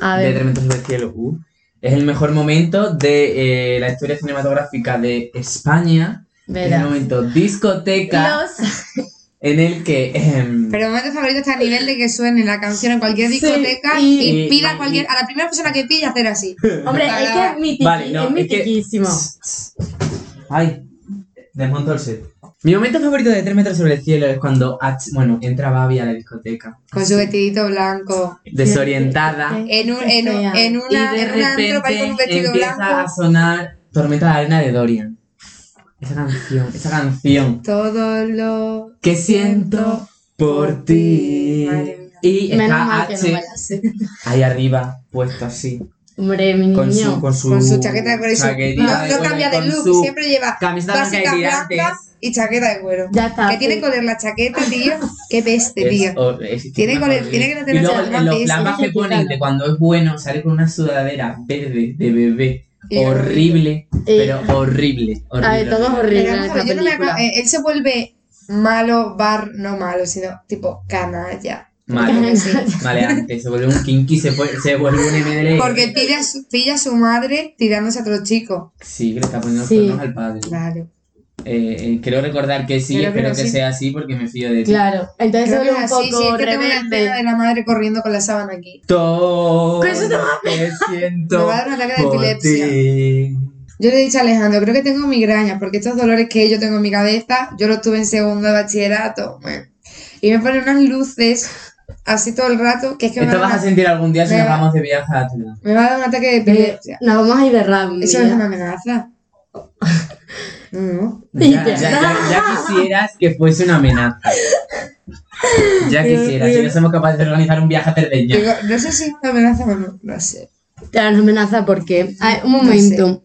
[SPEAKER 1] A
[SPEAKER 2] de
[SPEAKER 1] ver,
[SPEAKER 2] Tremendos sobre el cielo. Uh. Es el mejor momento de eh, la historia cinematográfica de España. Es el
[SPEAKER 1] verás.
[SPEAKER 2] momento discoteca
[SPEAKER 1] Los-
[SPEAKER 2] en el que. em, ejem,
[SPEAKER 3] Pero mi momento favorito está a nivel de que suene la canción en cualquier
[SPEAKER 1] Sí,
[SPEAKER 3] discoteca
[SPEAKER 1] y-
[SPEAKER 3] y,
[SPEAKER 2] y-
[SPEAKER 3] pida
[SPEAKER 2] y-
[SPEAKER 3] a cualquier, a la primera persona que pille hacer así.
[SPEAKER 1] hombre, es que es mitiqui,
[SPEAKER 2] Vale,
[SPEAKER 1] es
[SPEAKER 2] no, es que-
[SPEAKER 1] mitiquísimo.
[SPEAKER 2] Ay, desmonto el set. Mi momento favorito de 3 metros sobre el cielo es cuando, Ach- bueno, entra Babi a la discoteca,
[SPEAKER 3] Con su vestidito blanco.
[SPEAKER 2] desorientada,
[SPEAKER 3] En un, en un, en
[SPEAKER 2] y
[SPEAKER 3] una,
[SPEAKER 2] de
[SPEAKER 3] en un antro para ir con un
[SPEAKER 2] repente
[SPEAKER 3] vestido
[SPEAKER 2] empieza a
[SPEAKER 3] blanco.
[SPEAKER 2] sonar Tormenta de arena de Dorian. Esa canción, esa canción.
[SPEAKER 3] Todo lo
[SPEAKER 2] que siento por ti.
[SPEAKER 3] Madre mía.
[SPEAKER 2] Y
[SPEAKER 1] Menos
[SPEAKER 2] está
[SPEAKER 1] mal que no
[SPEAKER 2] H
[SPEAKER 1] vayas.
[SPEAKER 2] ahí arriba, puesto así,
[SPEAKER 1] Hombre, mi
[SPEAKER 2] con
[SPEAKER 1] niño.
[SPEAKER 2] su, con su,
[SPEAKER 3] con su chaqueta de cuero y su-
[SPEAKER 2] chaquetita
[SPEAKER 3] no,
[SPEAKER 2] de
[SPEAKER 3] no
[SPEAKER 2] cuero y
[SPEAKER 3] cambia de
[SPEAKER 2] con
[SPEAKER 3] look,
[SPEAKER 2] su
[SPEAKER 3] siempre lleva
[SPEAKER 2] Camiseta blanca
[SPEAKER 3] básica
[SPEAKER 2] y
[SPEAKER 3] blanca
[SPEAKER 2] tirantes.
[SPEAKER 3] y chaqueta de cuero.
[SPEAKER 1] Ya está. Eh,
[SPEAKER 3] Que tiene
[SPEAKER 1] sí.
[SPEAKER 3] que oler la chaqueta, tío. Qué peste, tío.
[SPEAKER 2] Ah, Es- o- es-
[SPEAKER 3] Tiene
[SPEAKER 2] una
[SPEAKER 3] que oler-
[SPEAKER 2] horrible.
[SPEAKER 3] tiene que no
[SPEAKER 2] Y
[SPEAKER 3] tener
[SPEAKER 2] luego
[SPEAKER 3] esa
[SPEAKER 2] en los
[SPEAKER 3] lampiña,
[SPEAKER 2] plamas que
[SPEAKER 1] tiene que
[SPEAKER 2] ponen de
[SPEAKER 1] quitarla.
[SPEAKER 2] cuando es bueno, sale con una sudadera verde de bebé.
[SPEAKER 3] Y
[SPEAKER 2] Horrible, pero horrible. horrible
[SPEAKER 1] eh, A ver, todo es horrible
[SPEAKER 3] Pero
[SPEAKER 1] en
[SPEAKER 3] vamos a ver,
[SPEAKER 1] esta
[SPEAKER 3] yo no me
[SPEAKER 1] película.
[SPEAKER 3] acabo- eh, él se vuelve malo, bar, no malo, sino tipo canalla.
[SPEAKER 2] Vale,
[SPEAKER 3] Porque sí.
[SPEAKER 2] vale, antes se vuelve un kinky, se, fue- se vuelve un MDL.
[SPEAKER 3] Porque pilla a su, pilla a su madre tirándose a otro chico.
[SPEAKER 2] Sí, que le está poniendo los
[SPEAKER 1] Sí.
[SPEAKER 2] cuernos al padre.
[SPEAKER 3] Claro.
[SPEAKER 2] Eh, eh, quiero recordar que sí,
[SPEAKER 3] Creo que
[SPEAKER 2] espero
[SPEAKER 3] no,
[SPEAKER 2] que
[SPEAKER 3] sí.
[SPEAKER 2] sea así porque me fío de ti.
[SPEAKER 1] Claro, entonces
[SPEAKER 3] Creo
[SPEAKER 1] se
[SPEAKER 3] que es
[SPEAKER 1] vuelve un
[SPEAKER 3] así, sí,
[SPEAKER 1] poco
[SPEAKER 3] es que tengo una
[SPEAKER 1] rebelde.
[SPEAKER 3] escena de la madre corriendo con la sábana aquí.
[SPEAKER 2] Todo
[SPEAKER 1] Con eso te va
[SPEAKER 2] que
[SPEAKER 3] Me
[SPEAKER 2] siento
[SPEAKER 3] va a dar un ataque de
[SPEAKER 2] por
[SPEAKER 3] epilepsia.
[SPEAKER 2] ti.
[SPEAKER 3] Yo le he dicho a Alejandro, creo que tengo migraña, porque estos dolores que yo tengo en mi cabeza, yo los tuve en segundo de bachillerato. bueno. Y me ponen unas luces así todo el rato, que es que me
[SPEAKER 2] Esto
[SPEAKER 3] va, a
[SPEAKER 2] vas a
[SPEAKER 3] dar,
[SPEAKER 2] sentir algún día si
[SPEAKER 3] me
[SPEAKER 2] nos
[SPEAKER 3] va-
[SPEAKER 2] vamos de viaje a Ámsterdam.
[SPEAKER 3] me va a dar un ataque de
[SPEAKER 1] Eh,
[SPEAKER 3] epilepsia.
[SPEAKER 1] Nos vamos a ir de rap.
[SPEAKER 3] Eso
[SPEAKER 1] mira.
[SPEAKER 3] es una amenaza. No.
[SPEAKER 1] Y
[SPEAKER 2] Ya, ya,
[SPEAKER 1] ya.
[SPEAKER 2] ya- ya quisieras que fuese una amenaza. Ya
[SPEAKER 1] Dios
[SPEAKER 2] quisieras, si
[SPEAKER 1] mío.
[SPEAKER 2] no somos capaces de organizar un viaje a Cerdeña.
[SPEAKER 3] Digo, no sé si es una amenaza o no, no sé.
[SPEAKER 1] Te dan amenaza porque. A ver, un
[SPEAKER 3] No
[SPEAKER 1] momento.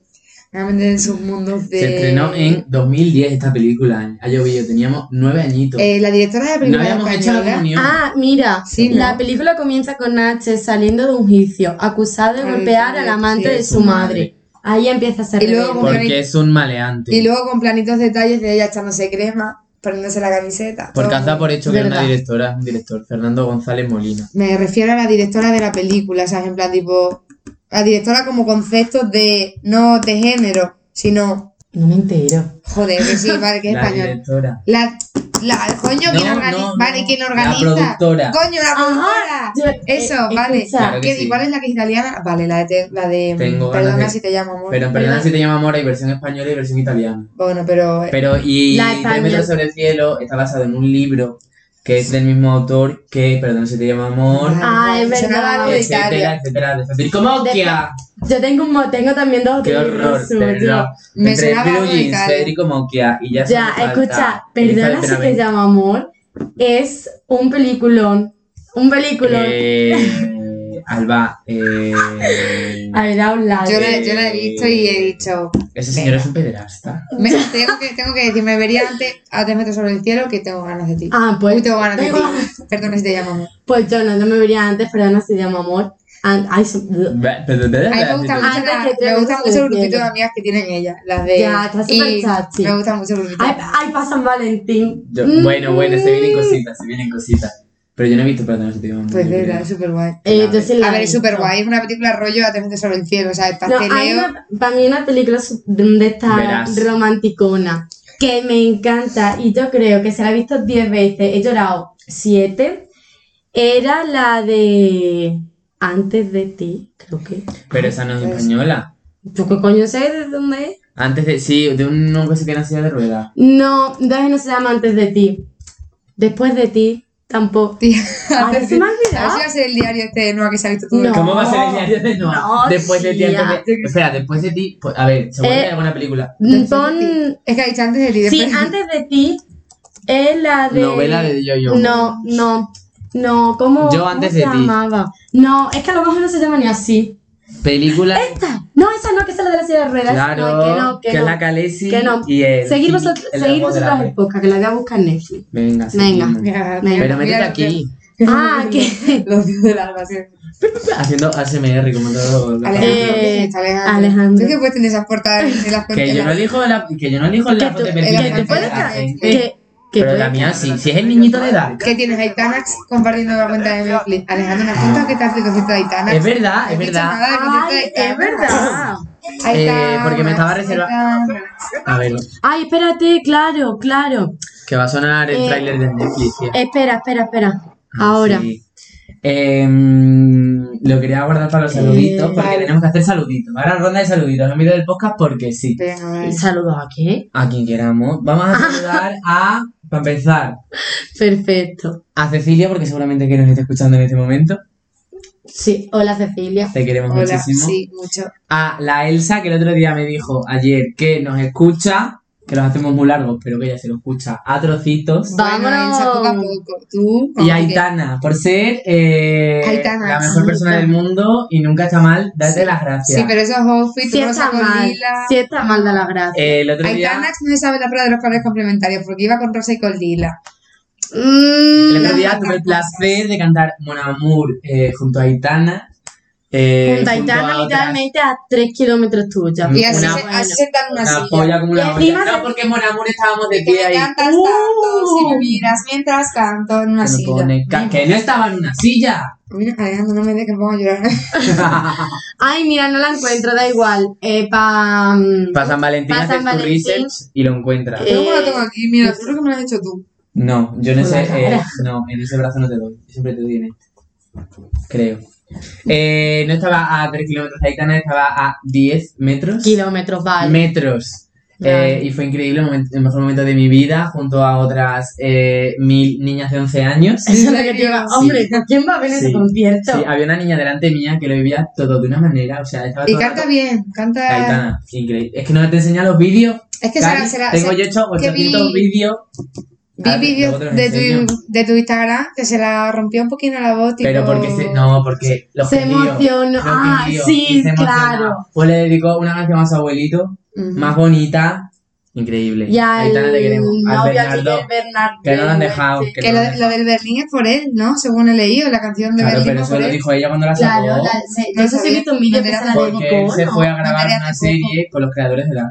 [SPEAKER 3] Realmente en sus mundos de.
[SPEAKER 2] Se estrenó en 2010 esta película. Ha llovido, teníamos nueve añitos.
[SPEAKER 3] Eh, la directora de la
[SPEAKER 2] no
[SPEAKER 3] película
[SPEAKER 2] habíamos hecho la
[SPEAKER 3] española,
[SPEAKER 2] comunión.
[SPEAKER 1] Ah, mira.
[SPEAKER 3] Sí, ¿no?
[SPEAKER 1] La película comienza con H saliendo de un juicio, acusado de
[SPEAKER 3] Ay,
[SPEAKER 1] golpear
[SPEAKER 3] Ah, sí,
[SPEAKER 1] al amante
[SPEAKER 3] sí,
[SPEAKER 1] de su madre. Ahí empieza a ser
[SPEAKER 3] Y luego
[SPEAKER 1] rebelde.
[SPEAKER 3] como-
[SPEAKER 2] Porque es un maleante.
[SPEAKER 3] Y luego con planitos detalles de ella echándose crema, poniéndose la camiseta.
[SPEAKER 2] Porque
[SPEAKER 3] todo.
[SPEAKER 2] hace por hecho que es una
[SPEAKER 1] Verdad.
[SPEAKER 2] directora, es un director, Fernando González Molina.
[SPEAKER 3] Me refiero a la directora de la película, ¿sabes? En plan, tipo. La directora como concepto de. No de género, sino.
[SPEAKER 1] No me entero.
[SPEAKER 3] Joder, que sí, vale, que es
[SPEAKER 2] la
[SPEAKER 3] español.
[SPEAKER 2] directora.
[SPEAKER 3] La. La. Coño, ¿quién organiza? vale, ¿quién
[SPEAKER 2] La
[SPEAKER 3] organiza?
[SPEAKER 2] productora.
[SPEAKER 3] Coño, la
[SPEAKER 1] Ajá.
[SPEAKER 3] productora.
[SPEAKER 1] Yo-
[SPEAKER 3] Ah, Eso,
[SPEAKER 1] eh,
[SPEAKER 3] vale.
[SPEAKER 1] escucha,
[SPEAKER 2] Claro. que
[SPEAKER 3] ¿Qué-
[SPEAKER 2] sí.
[SPEAKER 3] ¿Y cuál es la que es italiana? Vale, la de. La de
[SPEAKER 2] Tengo ganas
[SPEAKER 3] perdona
[SPEAKER 2] de-
[SPEAKER 3] si te llamo amor.
[SPEAKER 2] Pero en perdón
[SPEAKER 1] ¿Verdad?
[SPEAKER 2] si te llama Mora, hay versión española y versión italiana.
[SPEAKER 3] Bueno, pero. eh,
[SPEAKER 2] Pero y
[SPEAKER 1] La
[SPEAKER 2] Tres
[SPEAKER 1] española.
[SPEAKER 2] metros sobre el cielo está basado en un libro que es del mismo autor que Perdón si te llama amor,
[SPEAKER 1] Ah, es
[SPEAKER 3] Sonaba
[SPEAKER 1] verdad.
[SPEAKER 3] algo de
[SPEAKER 2] etcétera,
[SPEAKER 3] Italia.
[SPEAKER 2] etcétera, etcétera. ¡Como
[SPEAKER 1] De-
[SPEAKER 2] que
[SPEAKER 1] Yo tengo, un mo- tengo también dos o
[SPEAKER 2] ¡Qué
[SPEAKER 1] tres
[SPEAKER 2] horror!
[SPEAKER 1] libros
[SPEAKER 2] de
[SPEAKER 1] suyos.
[SPEAKER 2] verdad.
[SPEAKER 3] Me
[SPEAKER 2] Entre
[SPEAKER 3] sonaba
[SPEAKER 2] Blue
[SPEAKER 3] algo de
[SPEAKER 2] Jeans,
[SPEAKER 3] Italia.
[SPEAKER 2] Federico Moquia y ya
[SPEAKER 1] Ya,
[SPEAKER 2] solo falta
[SPEAKER 1] escucha,
[SPEAKER 2] Elizabeth
[SPEAKER 1] perdona si te
[SPEAKER 2] Benavente.
[SPEAKER 1] llamo amor. Es un peliculón. Un peliculón.
[SPEAKER 2] Eh, Alba, eh,
[SPEAKER 1] A ver, a un lado.
[SPEAKER 3] Yo la, yo la he visto y he dicho.
[SPEAKER 2] ese señor es un pederasta.
[SPEAKER 3] Me, tengo, que, tengo que decir, me vería antes a tres metros sobre el cielo que tengo ganas de ti.
[SPEAKER 1] Ah, pues.
[SPEAKER 3] Uy, tengo ganas de
[SPEAKER 1] tengo-
[SPEAKER 3] ti. Perdona si te llamo amor.
[SPEAKER 1] Pues yo no, yo me vería antes, perdona si te llamo amor. And- ay, se-
[SPEAKER 3] A mí me gusta
[SPEAKER 2] Pero
[SPEAKER 3] mucho,
[SPEAKER 1] Antes
[SPEAKER 3] la-
[SPEAKER 1] que te
[SPEAKER 3] me gusta mucho el
[SPEAKER 1] desentiendo.
[SPEAKER 3] grupito de amigas que tienen ellas, las de...
[SPEAKER 1] Ya, está
[SPEAKER 3] y
[SPEAKER 1] súper chachi.
[SPEAKER 3] Me gusta mucho el grupito.
[SPEAKER 1] Ay, ay, pasa San Valentín.
[SPEAKER 2] Yo-
[SPEAKER 1] Mm.
[SPEAKER 2] bueno, bueno, se vienen cositas, se vienen cositas. Pero yo no he visto Plátano Sentido.
[SPEAKER 3] pues de verdad, es súper guay.
[SPEAKER 1] Eh, yo sí la
[SPEAKER 3] A ver,
[SPEAKER 1] he
[SPEAKER 3] es súper
[SPEAKER 1] visto.
[SPEAKER 3] guay, es una película rollo Aterrizaje sobre el cielo, o sea, el
[SPEAKER 1] No, hay
[SPEAKER 3] pasteleo...
[SPEAKER 1] una, para mí una película su- de esta
[SPEAKER 2] Verás.
[SPEAKER 1] romanticona que me encanta y yo creo que se la he visto 10 veces, he llorado 7. Era la de Antes de ti, creo que.
[SPEAKER 2] Pero esa no es
[SPEAKER 3] Pues-
[SPEAKER 2] española.
[SPEAKER 1] ¿Tú qué coño sé de dónde es?
[SPEAKER 2] Antes de. Sí, de un hombre que tiene silla de rueda.
[SPEAKER 1] No, entonces no se llama Antes de ti. Después de ti, tampoco.
[SPEAKER 3] Tía,
[SPEAKER 1] Ay,
[SPEAKER 3] antes
[SPEAKER 1] se
[SPEAKER 3] de-
[SPEAKER 1] me ha
[SPEAKER 3] A ver si va
[SPEAKER 1] olvidado.
[SPEAKER 3] a ser el diario este de Noa que se ha visto todo.
[SPEAKER 1] No.
[SPEAKER 2] ¿Cómo va a ser el diario de Noah?
[SPEAKER 1] No,
[SPEAKER 2] después de ti,
[SPEAKER 1] tía.
[SPEAKER 2] antes de. Espera, después de ti. pues, a ver, seguro que
[SPEAKER 1] Eh,
[SPEAKER 2] hay alguna película.
[SPEAKER 3] Después de
[SPEAKER 1] Pon.
[SPEAKER 3] Es que ha dicho antes del líder.
[SPEAKER 1] Sí, antes de ti es la de.
[SPEAKER 2] Novela de Yo-Yo.
[SPEAKER 1] No, no, no, ¿cómo,
[SPEAKER 2] Yo
[SPEAKER 1] cómo
[SPEAKER 2] antes
[SPEAKER 1] se
[SPEAKER 2] de ti.
[SPEAKER 1] llamaba? No, es que a lo mejor no se llama ni así.
[SPEAKER 2] Película.
[SPEAKER 1] Esta, no, esa no, que esa es la de la silla de ruedas.
[SPEAKER 2] Claro,
[SPEAKER 1] no, que no, que,
[SPEAKER 2] que es
[SPEAKER 1] no.
[SPEAKER 2] la Calesi
[SPEAKER 1] que no.
[SPEAKER 2] y el.
[SPEAKER 1] Seguir vosotros,
[SPEAKER 2] el
[SPEAKER 1] seguir
[SPEAKER 2] amor de la
[SPEAKER 1] vosotras el
[SPEAKER 2] red.
[SPEAKER 1] podcast, que la voy a buscar en Netflix.
[SPEAKER 2] Venga,
[SPEAKER 1] Venga.
[SPEAKER 2] seguimos.
[SPEAKER 3] Mira,
[SPEAKER 1] Venga.
[SPEAKER 2] Pero
[SPEAKER 3] mira,
[SPEAKER 2] métete
[SPEAKER 3] mira,
[SPEAKER 2] aquí.
[SPEAKER 1] Ah,
[SPEAKER 2] Eh,
[SPEAKER 1] que
[SPEAKER 3] Los dios del alma, sí.
[SPEAKER 2] Haciendo ASMR como todo. lo-
[SPEAKER 3] Alejandro,
[SPEAKER 1] Eh,
[SPEAKER 3] ¿quién está Alejandro?
[SPEAKER 1] Alejandro.
[SPEAKER 3] ¿Tú qué puedes tener esas portadas en las
[SPEAKER 2] Que yo no elijo la, que yo no elijo la
[SPEAKER 1] Que
[SPEAKER 2] foto
[SPEAKER 1] tú-
[SPEAKER 2] de
[SPEAKER 1] que
[SPEAKER 2] perfil
[SPEAKER 3] Eh, tú
[SPEAKER 2] que te
[SPEAKER 3] puedes
[SPEAKER 2] hacen.
[SPEAKER 3] hacer.
[SPEAKER 1] que, Eh, que
[SPEAKER 2] Pero la
[SPEAKER 1] puede-
[SPEAKER 2] mía sí, si es el niñito de edad.
[SPEAKER 3] ¿Qué tienes Aitana compartiendo la cuenta de Netflix? Alejandro, ¿no has visto qué tal tu concierto de Aitana?
[SPEAKER 2] Es verdad,
[SPEAKER 3] No he
[SPEAKER 2] es
[SPEAKER 3] dicho
[SPEAKER 2] verdad.
[SPEAKER 3] nada del concierto de
[SPEAKER 1] Ay, es
[SPEAKER 3] Aitana.
[SPEAKER 1] verdad.
[SPEAKER 3] Aitana,
[SPEAKER 2] Eh, porque me estaba reserva-
[SPEAKER 3] Aitana.
[SPEAKER 2] A ver,
[SPEAKER 1] Ay, espérate, claro, claro.
[SPEAKER 2] que va a sonar el
[SPEAKER 1] Eh,
[SPEAKER 2] tráiler de Netflix. sí.
[SPEAKER 1] Espera, espera, espera.
[SPEAKER 2] Ah,
[SPEAKER 1] Ahora.
[SPEAKER 2] sí. Eh, lo quería guardar para los
[SPEAKER 1] Eh,
[SPEAKER 2] saluditos, porque
[SPEAKER 3] vale.
[SPEAKER 2] tenemos que hacer saluditos. Ahora ronda de saluditos en medio del podcast, porque sí.
[SPEAKER 3] Venga, vale.
[SPEAKER 1] ¿Saludos a qué?
[SPEAKER 2] A quien queramos. Vamos a saludar a, para empezar,
[SPEAKER 1] Perfecto.
[SPEAKER 2] a Cecilia, porque seguramente que nos esté escuchando en este momento.
[SPEAKER 1] Sí, hola Cecilia.
[SPEAKER 2] Te queremos
[SPEAKER 3] Hola,
[SPEAKER 2] muchísimo.
[SPEAKER 3] sí, mucho.
[SPEAKER 2] A la Elsa, que el otro día me dijo ayer que nos escucha, que los hacemos muy largos, pero que ella se lo escucha a trocitos.
[SPEAKER 3] Bueno,
[SPEAKER 1] Vámonos.
[SPEAKER 3] Elsa, poco a poco. Tú,
[SPEAKER 2] Y
[SPEAKER 3] vamos,
[SPEAKER 2] a Aitana, por ser eh,
[SPEAKER 3] Aitana,
[SPEAKER 2] la mejor
[SPEAKER 3] sí,
[SPEAKER 2] persona
[SPEAKER 1] claro.
[SPEAKER 2] del mundo y nunca está mal, date
[SPEAKER 3] Sí.
[SPEAKER 2] las
[SPEAKER 3] que-
[SPEAKER 2] gracias.
[SPEAKER 3] Sí, pero esos outfits,
[SPEAKER 1] Si
[SPEAKER 3] rosa
[SPEAKER 1] está
[SPEAKER 3] con
[SPEAKER 1] mal,
[SPEAKER 3] lila.
[SPEAKER 1] si está mal da la gracia.
[SPEAKER 2] Eh, el otro
[SPEAKER 3] Aitana
[SPEAKER 2] día,
[SPEAKER 3] no se sabe la prueba de los colores complementarios porque iba con rosa y con lila.
[SPEAKER 1] Mm,
[SPEAKER 2] el otro día
[SPEAKER 3] no,
[SPEAKER 2] tuve el placer de cantar Mon Amour eh, junto a Aitana. eh,
[SPEAKER 1] Punta Aitana,
[SPEAKER 2] a otras-
[SPEAKER 1] literalmente a 3 kilómetros tuyas.
[SPEAKER 2] Mm,
[SPEAKER 3] Y así,
[SPEAKER 2] Una
[SPEAKER 3] se,
[SPEAKER 1] buena.
[SPEAKER 3] así sentan una,
[SPEAKER 2] Una
[SPEAKER 3] silla.
[SPEAKER 2] polla como una
[SPEAKER 1] Y
[SPEAKER 2] olla.
[SPEAKER 1] encima se-
[SPEAKER 2] No, porque en Mon Amour estábamos de
[SPEAKER 3] que
[SPEAKER 2] pie
[SPEAKER 3] me
[SPEAKER 2] ahí.
[SPEAKER 3] cantas
[SPEAKER 1] ¡Uh!
[SPEAKER 3] tanto si me miras mientras canto en una
[SPEAKER 2] Que me
[SPEAKER 3] silla.
[SPEAKER 2] pone ca- que no estaba en una silla.
[SPEAKER 3] Mira, Alejandro, no me dejes que me pongo a llorar.
[SPEAKER 1] Ay, mira, no la encuentro, da igual. Eh, pa... mm,
[SPEAKER 2] Para San Valentín
[SPEAKER 1] Pa' San
[SPEAKER 2] haces tu
[SPEAKER 1] Valentín.
[SPEAKER 2] research y lo encuentras.
[SPEAKER 1] Eh,
[SPEAKER 3] Yo no lo tengo aquí, mira, tú lo que me lo has hecho tú.
[SPEAKER 2] No, yo no
[SPEAKER 1] Con
[SPEAKER 2] sé.
[SPEAKER 1] la cara.
[SPEAKER 2] eh, no, en ese brazo no te doy. Siempre te doy en este. Creo. Eh, no estaba a 3 kilómetros de Aitana, estaba a 10 metros.
[SPEAKER 1] kilómetros, vale.
[SPEAKER 2] Metros.
[SPEAKER 1] Vale.
[SPEAKER 2] Eh, y fue increíble el, momento- el mejor momento de mi vida junto a otras eh, mil niñas de 11 años.
[SPEAKER 1] Eso es lo que te iba-
[SPEAKER 3] Sí.
[SPEAKER 1] Hombre, ¿quién va a ver ese
[SPEAKER 2] Sí.
[SPEAKER 1] concierto?
[SPEAKER 2] Sí, había una niña delante mía que lo vivía todo de una manera, o sea, estaba
[SPEAKER 3] Y
[SPEAKER 2] todo el
[SPEAKER 3] canta
[SPEAKER 2] rato-
[SPEAKER 3] bien, canta.
[SPEAKER 2] Aitana, increíble. Es que no te enseñan los vídeos.
[SPEAKER 3] Es que
[SPEAKER 2] Cari,
[SPEAKER 3] será, será,
[SPEAKER 2] tengo
[SPEAKER 3] será-
[SPEAKER 2] yo hecho
[SPEAKER 3] que vi-
[SPEAKER 2] 800 vídeos. Ah,
[SPEAKER 3] vi vídeos
[SPEAKER 2] luego te los
[SPEAKER 3] de
[SPEAKER 2] enseño.
[SPEAKER 3] tu, de tu Instagram que se la rompió un poquito la voz, tipo...
[SPEAKER 2] Pero porque se, no, porque los
[SPEAKER 1] Se
[SPEAKER 2] pidió,
[SPEAKER 1] emocionó.
[SPEAKER 2] los
[SPEAKER 1] Ah,
[SPEAKER 2] pidió,
[SPEAKER 1] sí,
[SPEAKER 2] y se emocionaba.
[SPEAKER 1] claro.
[SPEAKER 2] Pues le dedicó una canción a su abuelito,
[SPEAKER 3] Ujú.
[SPEAKER 2] más bonita, increíble.
[SPEAKER 1] Y al
[SPEAKER 2] Aitana, te queremos. Al
[SPEAKER 1] novio, al
[SPEAKER 2] Bernardo,
[SPEAKER 1] Miguel Bernardo.
[SPEAKER 2] que no lo han dejado. Que no
[SPEAKER 3] Que lo,
[SPEAKER 2] lo han
[SPEAKER 3] lo
[SPEAKER 2] dejado.
[SPEAKER 3] del Berlín es por él, ¿no? Según he leído, la canción de
[SPEAKER 2] Claro,
[SPEAKER 3] Berlín
[SPEAKER 2] pero
[SPEAKER 3] es
[SPEAKER 2] eso
[SPEAKER 3] por
[SPEAKER 2] lo
[SPEAKER 3] él.
[SPEAKER 2] dijo ella cuando la sacó.
[SPEAKER 1] Claro, la- se- no sé si he visto un vídeo que se la
[SPEAKER 2] porque él
[SPEAKER 1] dedicó.
[SPEAKER 2] se
[SPEAKER 1] ¿no?
[SPEAKER 2] fue a grabar
[SPEAKER 3] enteré
[SPEAKER 2] una
[SPEAKER 3] hace poco.
[SPEAKER 2] serie con los creadores de la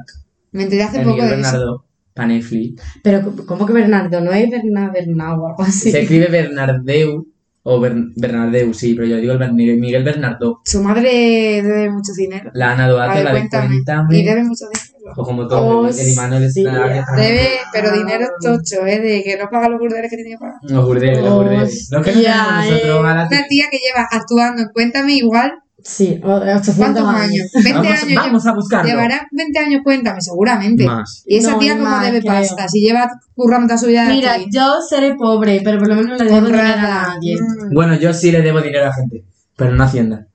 [SPEAKER 3] Me enteré hace
[SPEAKER 2] el
[SPEAKER 3] poco
[SPEAKER 2] Miguel
[SPEAKER 3] de eso.
[SPEAKER 2] Bernardo. Para Netflix.
[SPEAKER 1] Pero, ¿cómo que Bernardo? ¿No es Bernardo Bernardo o algo así?
[SPEAKER 2] Se escribe Bernardeu, o Bern- Bernardeu, sí, pero yo digo el Bern- Miguel Bernardo.
[SPEAKER 3] Su madre debe mucho dinero.
[SPEAKER 2] La Ana Duato,
[SPEAKER 3] A ver,
[SPEAKER 2] la de
[SPEAKER 3] cuéntame.
[SPEAKER 2] Cuéntame.
[SPEAKER 3] Y debe mucho dinero.
[SPEAKER 2] O como todo,
[SPEAKER 1] Oh,
[SPEAKER 2] el, el Imanol es
[SPEAKER 1] sí.
[SPEAKER 2] la verdad que-
[SPEAKER 3] Debe, pero dinero
[SPEAKER 2] Ah.
[SPEAKER 3] tocho, ¿eh? De que no paga los burdeles que tiene que pagar.
[SPEAKER 2] Los burdeles, los burdeles.
[SPEAKER 1] Hostia,
[SPEAKER 2] Los que no tenemos nosotros,
[SPEAKER 1] eh.
[SPEAKER 2] a la
[SPEAKER 3] Una tía que lleva actuando, cuéntame igual,
[SPEAKER 1] Sí, o- 800
[SPEAKER 3] ¿cuántos años? 20
[SPEAKER 2] vamos,
[SPEAKER 3] años. lleva-
[SPEAKER 2] vamos a buscarlo.
[SPEAKER 3] Llevará 20 años, cuéntame, seguramente.
[SPEAKER 2] Más.
[SPEAKER 3] Y esa
[SPEAKER 1] No,
[SPEAKER 3] tía
[SPEAKER 1] y
[SPEAKER 3] como
[SPEAKER 1] más,
[SPEAKER 3] debe
[SPEAKER 1] creo.
[SPEAKER 3] pasta, si lleva currando toda su vida.
[SPEAKER 1] Mira,
[SPEAKER 3] aquí.
[SPEAKER 1] yo seré pobre, pero por lo menos no le debo dinero a
[SPEAKER 3] honrada.
[SPEAKER 1] nadie.
[SPEAKER 3] Mm.
[SPEAKER 2] Bueno, yo sí le debo dinero a la gente, pero no a Hacienda.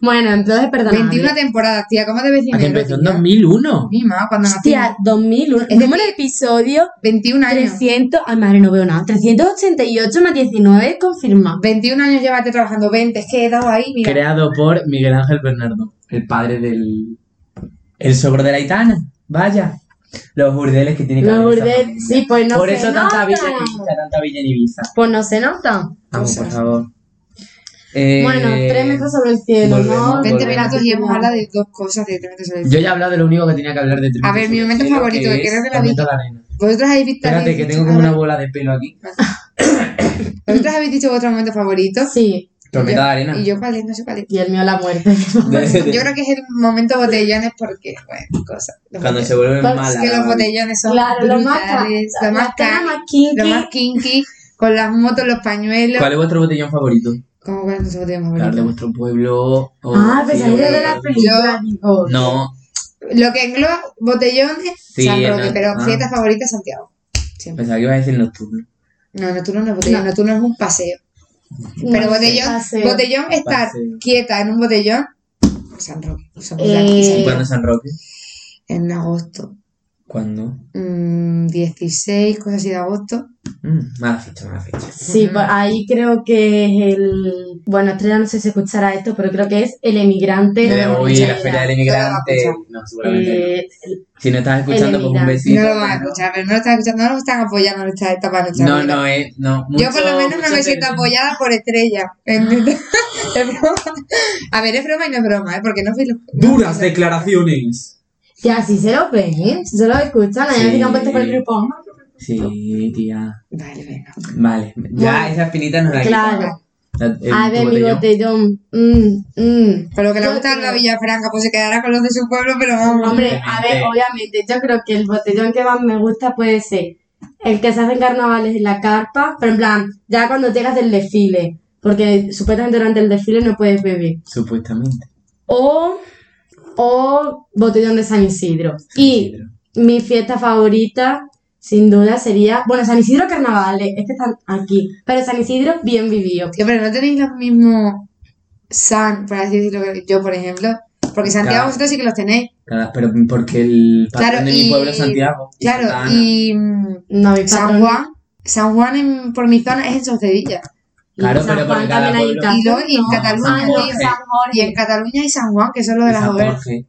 [SPEAKER 1] Bueno, entonces perdona.
[SPEAKER 3] 21 temporadas, tía, ¿cómo debes
[SPEAKER 2] Hacienda
[SPEAKER 3] dinero?
[SPEAKER 2] empezó en
[SPEAKER 3] tía?
[SPEAKER 2] 2001.
[SPEAKER 3] Mima, cuando nací.
[SPEAKER 1] Hostia, 2001.
[SPEAKER 3] Es
[SPEAKER 1] Número de episodio
[SPEAKER 3] 21 años.
[SPEAKER 1] 300. Ay, madre, no veo nada. 388 más 19, confirma.
[SPEAKER 3] 21 años llévate trabajando, 20, es que he dado ahí, mira.
[SPEAKER 2] Creado por Miguel Ángel Bernardo, el padre del. El sobro de la Itana. Vaya. Los burdeles que tiene que
[SPEAKER 1] Los
[SPEAKER 2] haber esa
[SPEAKER 1] burdeles,
[SPEAKER 2] familia.
[SPEAKER 1] sí, pues no
[SPEAKER 2] Por
[SPEAKER 1] se
[SPEAKER 2] eso
[SPEAKER 1] nota.
[SPEAKER 2] tanta villa en Ibiza, tanta villa en Ibiza.
[SPEAKER 1] Pues no se nota.
[SPEAKER 2] Vamos, por favor. Eh,
[SPEAKER 1] Bueno, tres metros sobre el cielo, ¿no?
[SPEAKER 2] volvemos,
[SPEAKER 3] 20
[SPEAKER 2] volvemos.
[SPEAKER 3] minutos y hemos hablado de dos cosas de Tremendo Sol.
[SPEAKER 2] Yo ya he hablado de lo único que tenía que hablar de Tres
[SPEAKER 3] A ver,
[SPEAKER 2] metros
[SPEAKER 3] mi
[SPEAKER 2] sobre el
[SPEAKER 3] momento
[SPEAKER 2] cielo,
[SPEAKER 3] favorito, que
[SPEAKER 2] es
[SPEAKER 3] creo que lo
[SPEAKER 2] Planeta la arena.
[SPEAKER 3] Vosotros habéis visto.
[SPEAKER 2] Espérate,
[SPEAKER 3] habéis
[SPEAKER 2] que
[SPEAKER 3] dicho-
[SPEAKER 2] tengo como una bola de pelo aquí.
[SPEAKER 3] Vosotros habéis dicho vuestro momento favorito.
[SPEAKER 1] Sí,
[SPEAKER 2] Tormenta
[SPEAKER 3] Yo-
[SPEAKER 2] de arena.
[SPEAKER 3] Y yo cuál es, no sé cuál es.
[SPEAKER 1] y el mío la muerte.
[SPEAKER 2] De- de-
[SPEAKER 3] Yo creo que es el momento botellones porque, bueno, cosas. Los
[SPEAKER 2] Cuando
[SPEAKER 3] botellones.
[SPEAKER 2] se vuelve
[SPEAKER 1] Claro,
[SPEAKER 2] mala.
[SPEAKER 3] Es que los botellones son
[SPEAKER 1] Claro, lo más ca-
[SPEAKER 3] brutales, lo más
[SPEAKER 1] La cara
[SPEAKER 3] caro,
[SPEAKER 1] más kinky.
[SPEAKER 3] lo más kinky, con las motos, los pañuelos.
[SPEAKER 2] ¿Cuál es vuestro botellón favorito?
[SPEAKER 3] ¿Cómo cuál es nuestro botellón más
[SPEAKER 2] Claro, de
[SPEAKER 3] bonito?
[SPEAKER 2] vuestro pueblo. o-
[SPEAKER 1] Ah, pues
[SPEAKER 2] sí,
[SPEAKER 1] ahí
[SPEAKER 2] o-
[SPEAKER 1] de las películas, digo.
[SPEAKER 2] No,
[SPEAKER 3] Lo que engloba botellones,
[SPEAKER 2] Sí,
[SPEAKER 3] San
[SPEAKER 2] en
[SPEAKER 3] Roque,
[SPEAKER 2] la-
[SPEAKER 3] pero
[SPEAKER 2] ah.
[SPEAKER 3] fiesta favorita Santiago. Siempre.
[SPEAKER 2] pensaba que iba a decir nocturno.
[SPEAKER 3] No, nocturno no es botellón,
[SPEAKER 1] No.
[SPEAKER 3] nocturno es un paseo. Pero
[SPEAKER 1] No sé,
[SPEAKER 3] botellón,
[SPEAKER 1] paseo.
[SPEAKER 3] botellón estar
[SPEAKER 2] Paseo.
[SPEAKER 3] quieta en un botellón, San Roque. San
[SPEAKER 1] Eh,
[SPEAKER 3] Roque, y San
[SPEAKER 2] ¿Y
[SPEAKER 1] Eh.
[SPEAKER 2] cuándo
[SPEAKER 3] Roque.
[SPEAKER 2] es San Roque?
[SPEAKER 3] En agosto.
[SPEAKER 2] ¿Cuándo?
[SPEAKER 3] mm, 16, cosas así de agosto.
[SPEAKER 2] Mm, mala fecha, mala fecha.
[SPEAKER 1] Sí,
[SPEAKER 3] Ujú.
[SPEAKER 1] pues ahí creo que es el. Bueno, Estrella no sé si escuchará esto, pero creo que es el emigrante.
[SPEAKER 2] Eh,
[SPEAKER 1] de
[SPEAKER 2] Uy, la feria del
[SPEAKER 3] No
[SPEAKER 2] inmigrante.
[SPEAKER 3] lo va
[SPEAKER 2] No, seguramente.
[SPEAKER 1] Eh,
[SPEAKER 2] no. Si no estás escuchando, pues un
[SPEAKER 1] emigrante.
[SPEAKER 2] besito.
[SPEAKER 3] no lo van a escuchar, pero no lo están escuchando, no lo están apoyando, no están tapando. nuestra
[SPEAKER 2] No,
[SPEAKER 3] vida.
[SPEAKER 2] no, eh, no.
[SPEAKER 3] Yo por lo menos no me siento apoyada por estrella. Es broma. A ver, es broma y no es broma, ¿eh? porque no fui...
[SPEAKER 2] Duras declaraciones.
[SPEAKER 1] Que así se lo ven, ¿eh? Si se lo escuchan, ahí
[SPEAKER 2] Sí.
[SPEAKER 1] sí. que han puesto por el grupo.
[SPEAKER 2] Sí, tía.
[SPEAKER 3] Vale, venga.
[SPEAKER 2] Vale. Ya,
[SPEAKER 1] Bueno,
[SPEAKER 2] esa espinita nos la
[SPEAKER 1] Claro.
[SPEAKER 2] quitamos. La-
[SPEAKER 1] A
[SPEAKER 2] Ah, el-
[SPEAKER 1] ver, mi
[SPEAKER 2] tu botellón.
[SPEAKER 1] botellón. Mm, mm.
[SPEAKER 3] Por lo que le
[SPEAKER 1] Yo
[SPEAKER 3] gusta
[SPEAKER 1] creo-
[SPEAKER 3] la Villafranca, pues se quedará con los de su pueblo, pero vamos.
[SPEAKER 1] Hombre, a ver,
[SPEAKER 2] Obviamente.
[SPEAKER 1] obviamente, yo creo que el botellón que más me gusta puede ser el que se hace en carnavales en la carpa, pero en plan, ya cuando llegas del desfile, porque supuestamente durante el desfile no puedes beber.
[SPEAKER 2] Supuestamente.
[SPEAKER 1] O, o botellón de San Isidro. Y
[SPEAKER 2] Isidro.
[SPEAKER 1] mi fiesta favorita, sin duda, sería. Bueno, San Isidro carnavales, es que están aquí. Pero San Isidro bien vivido.
[SPEAKER 3] Tío, pero no tenéis los mismos San, por así decirlo, que yo, por ejemplo. Porque Santiago
[SPEAKER 2] Claro.
[SPEAKER 3] vosotros sí que los tenéis.
[SPEAKER 2] Claro, pero porque el patrón
[SPEAKER 3] Claro,
[SPEAKER 2] de mi
[SPEAKER 3] y-
[SPEAKER 2] pueblo es Santiago.
[SPEAKER 3] Claro,
[SPEAKER 2] Santa Ana.
[SPEAKER 3] y mm,
[SPEAKER 1] No, mi
[SPEAKER 3] San
[SPEAKER 1] patrón-
[SPEAKER 3] Juan, San Juan en- por mi zona es en Socedilla.
[SPEAKER 1] y
[SPEAKER 2] Claro,
[SPEAKER 1] San
[SPEAKER 2] pero
[SPEAKER 1] Juan
[SPEAKER 2] porque cada
[SPEAKER 1] también hay
[SPEAKER 2] pueblo-
[SPEAKER 1] Cazón,
[SPEAKER 3] Y luego y en
[SPEAKER 1] ¿no?
[SPEAKER 3] Cataluña,
[SPEAKER 1] Ah, no,
[SPEAKER 3] tío.
[SPEAKER 1] San
[SPEAKER 3] Y
[SPEAKER 1] Jorge.
[SPEAKER 3] en Cataluña hay San Juan, que son lo de
[SPEAKER 2] Y
[SPEAKER 3] las
[SPEAKER 2] San
[SPEAKER 3] ovejas.
[SPEAKER 2] Jorge.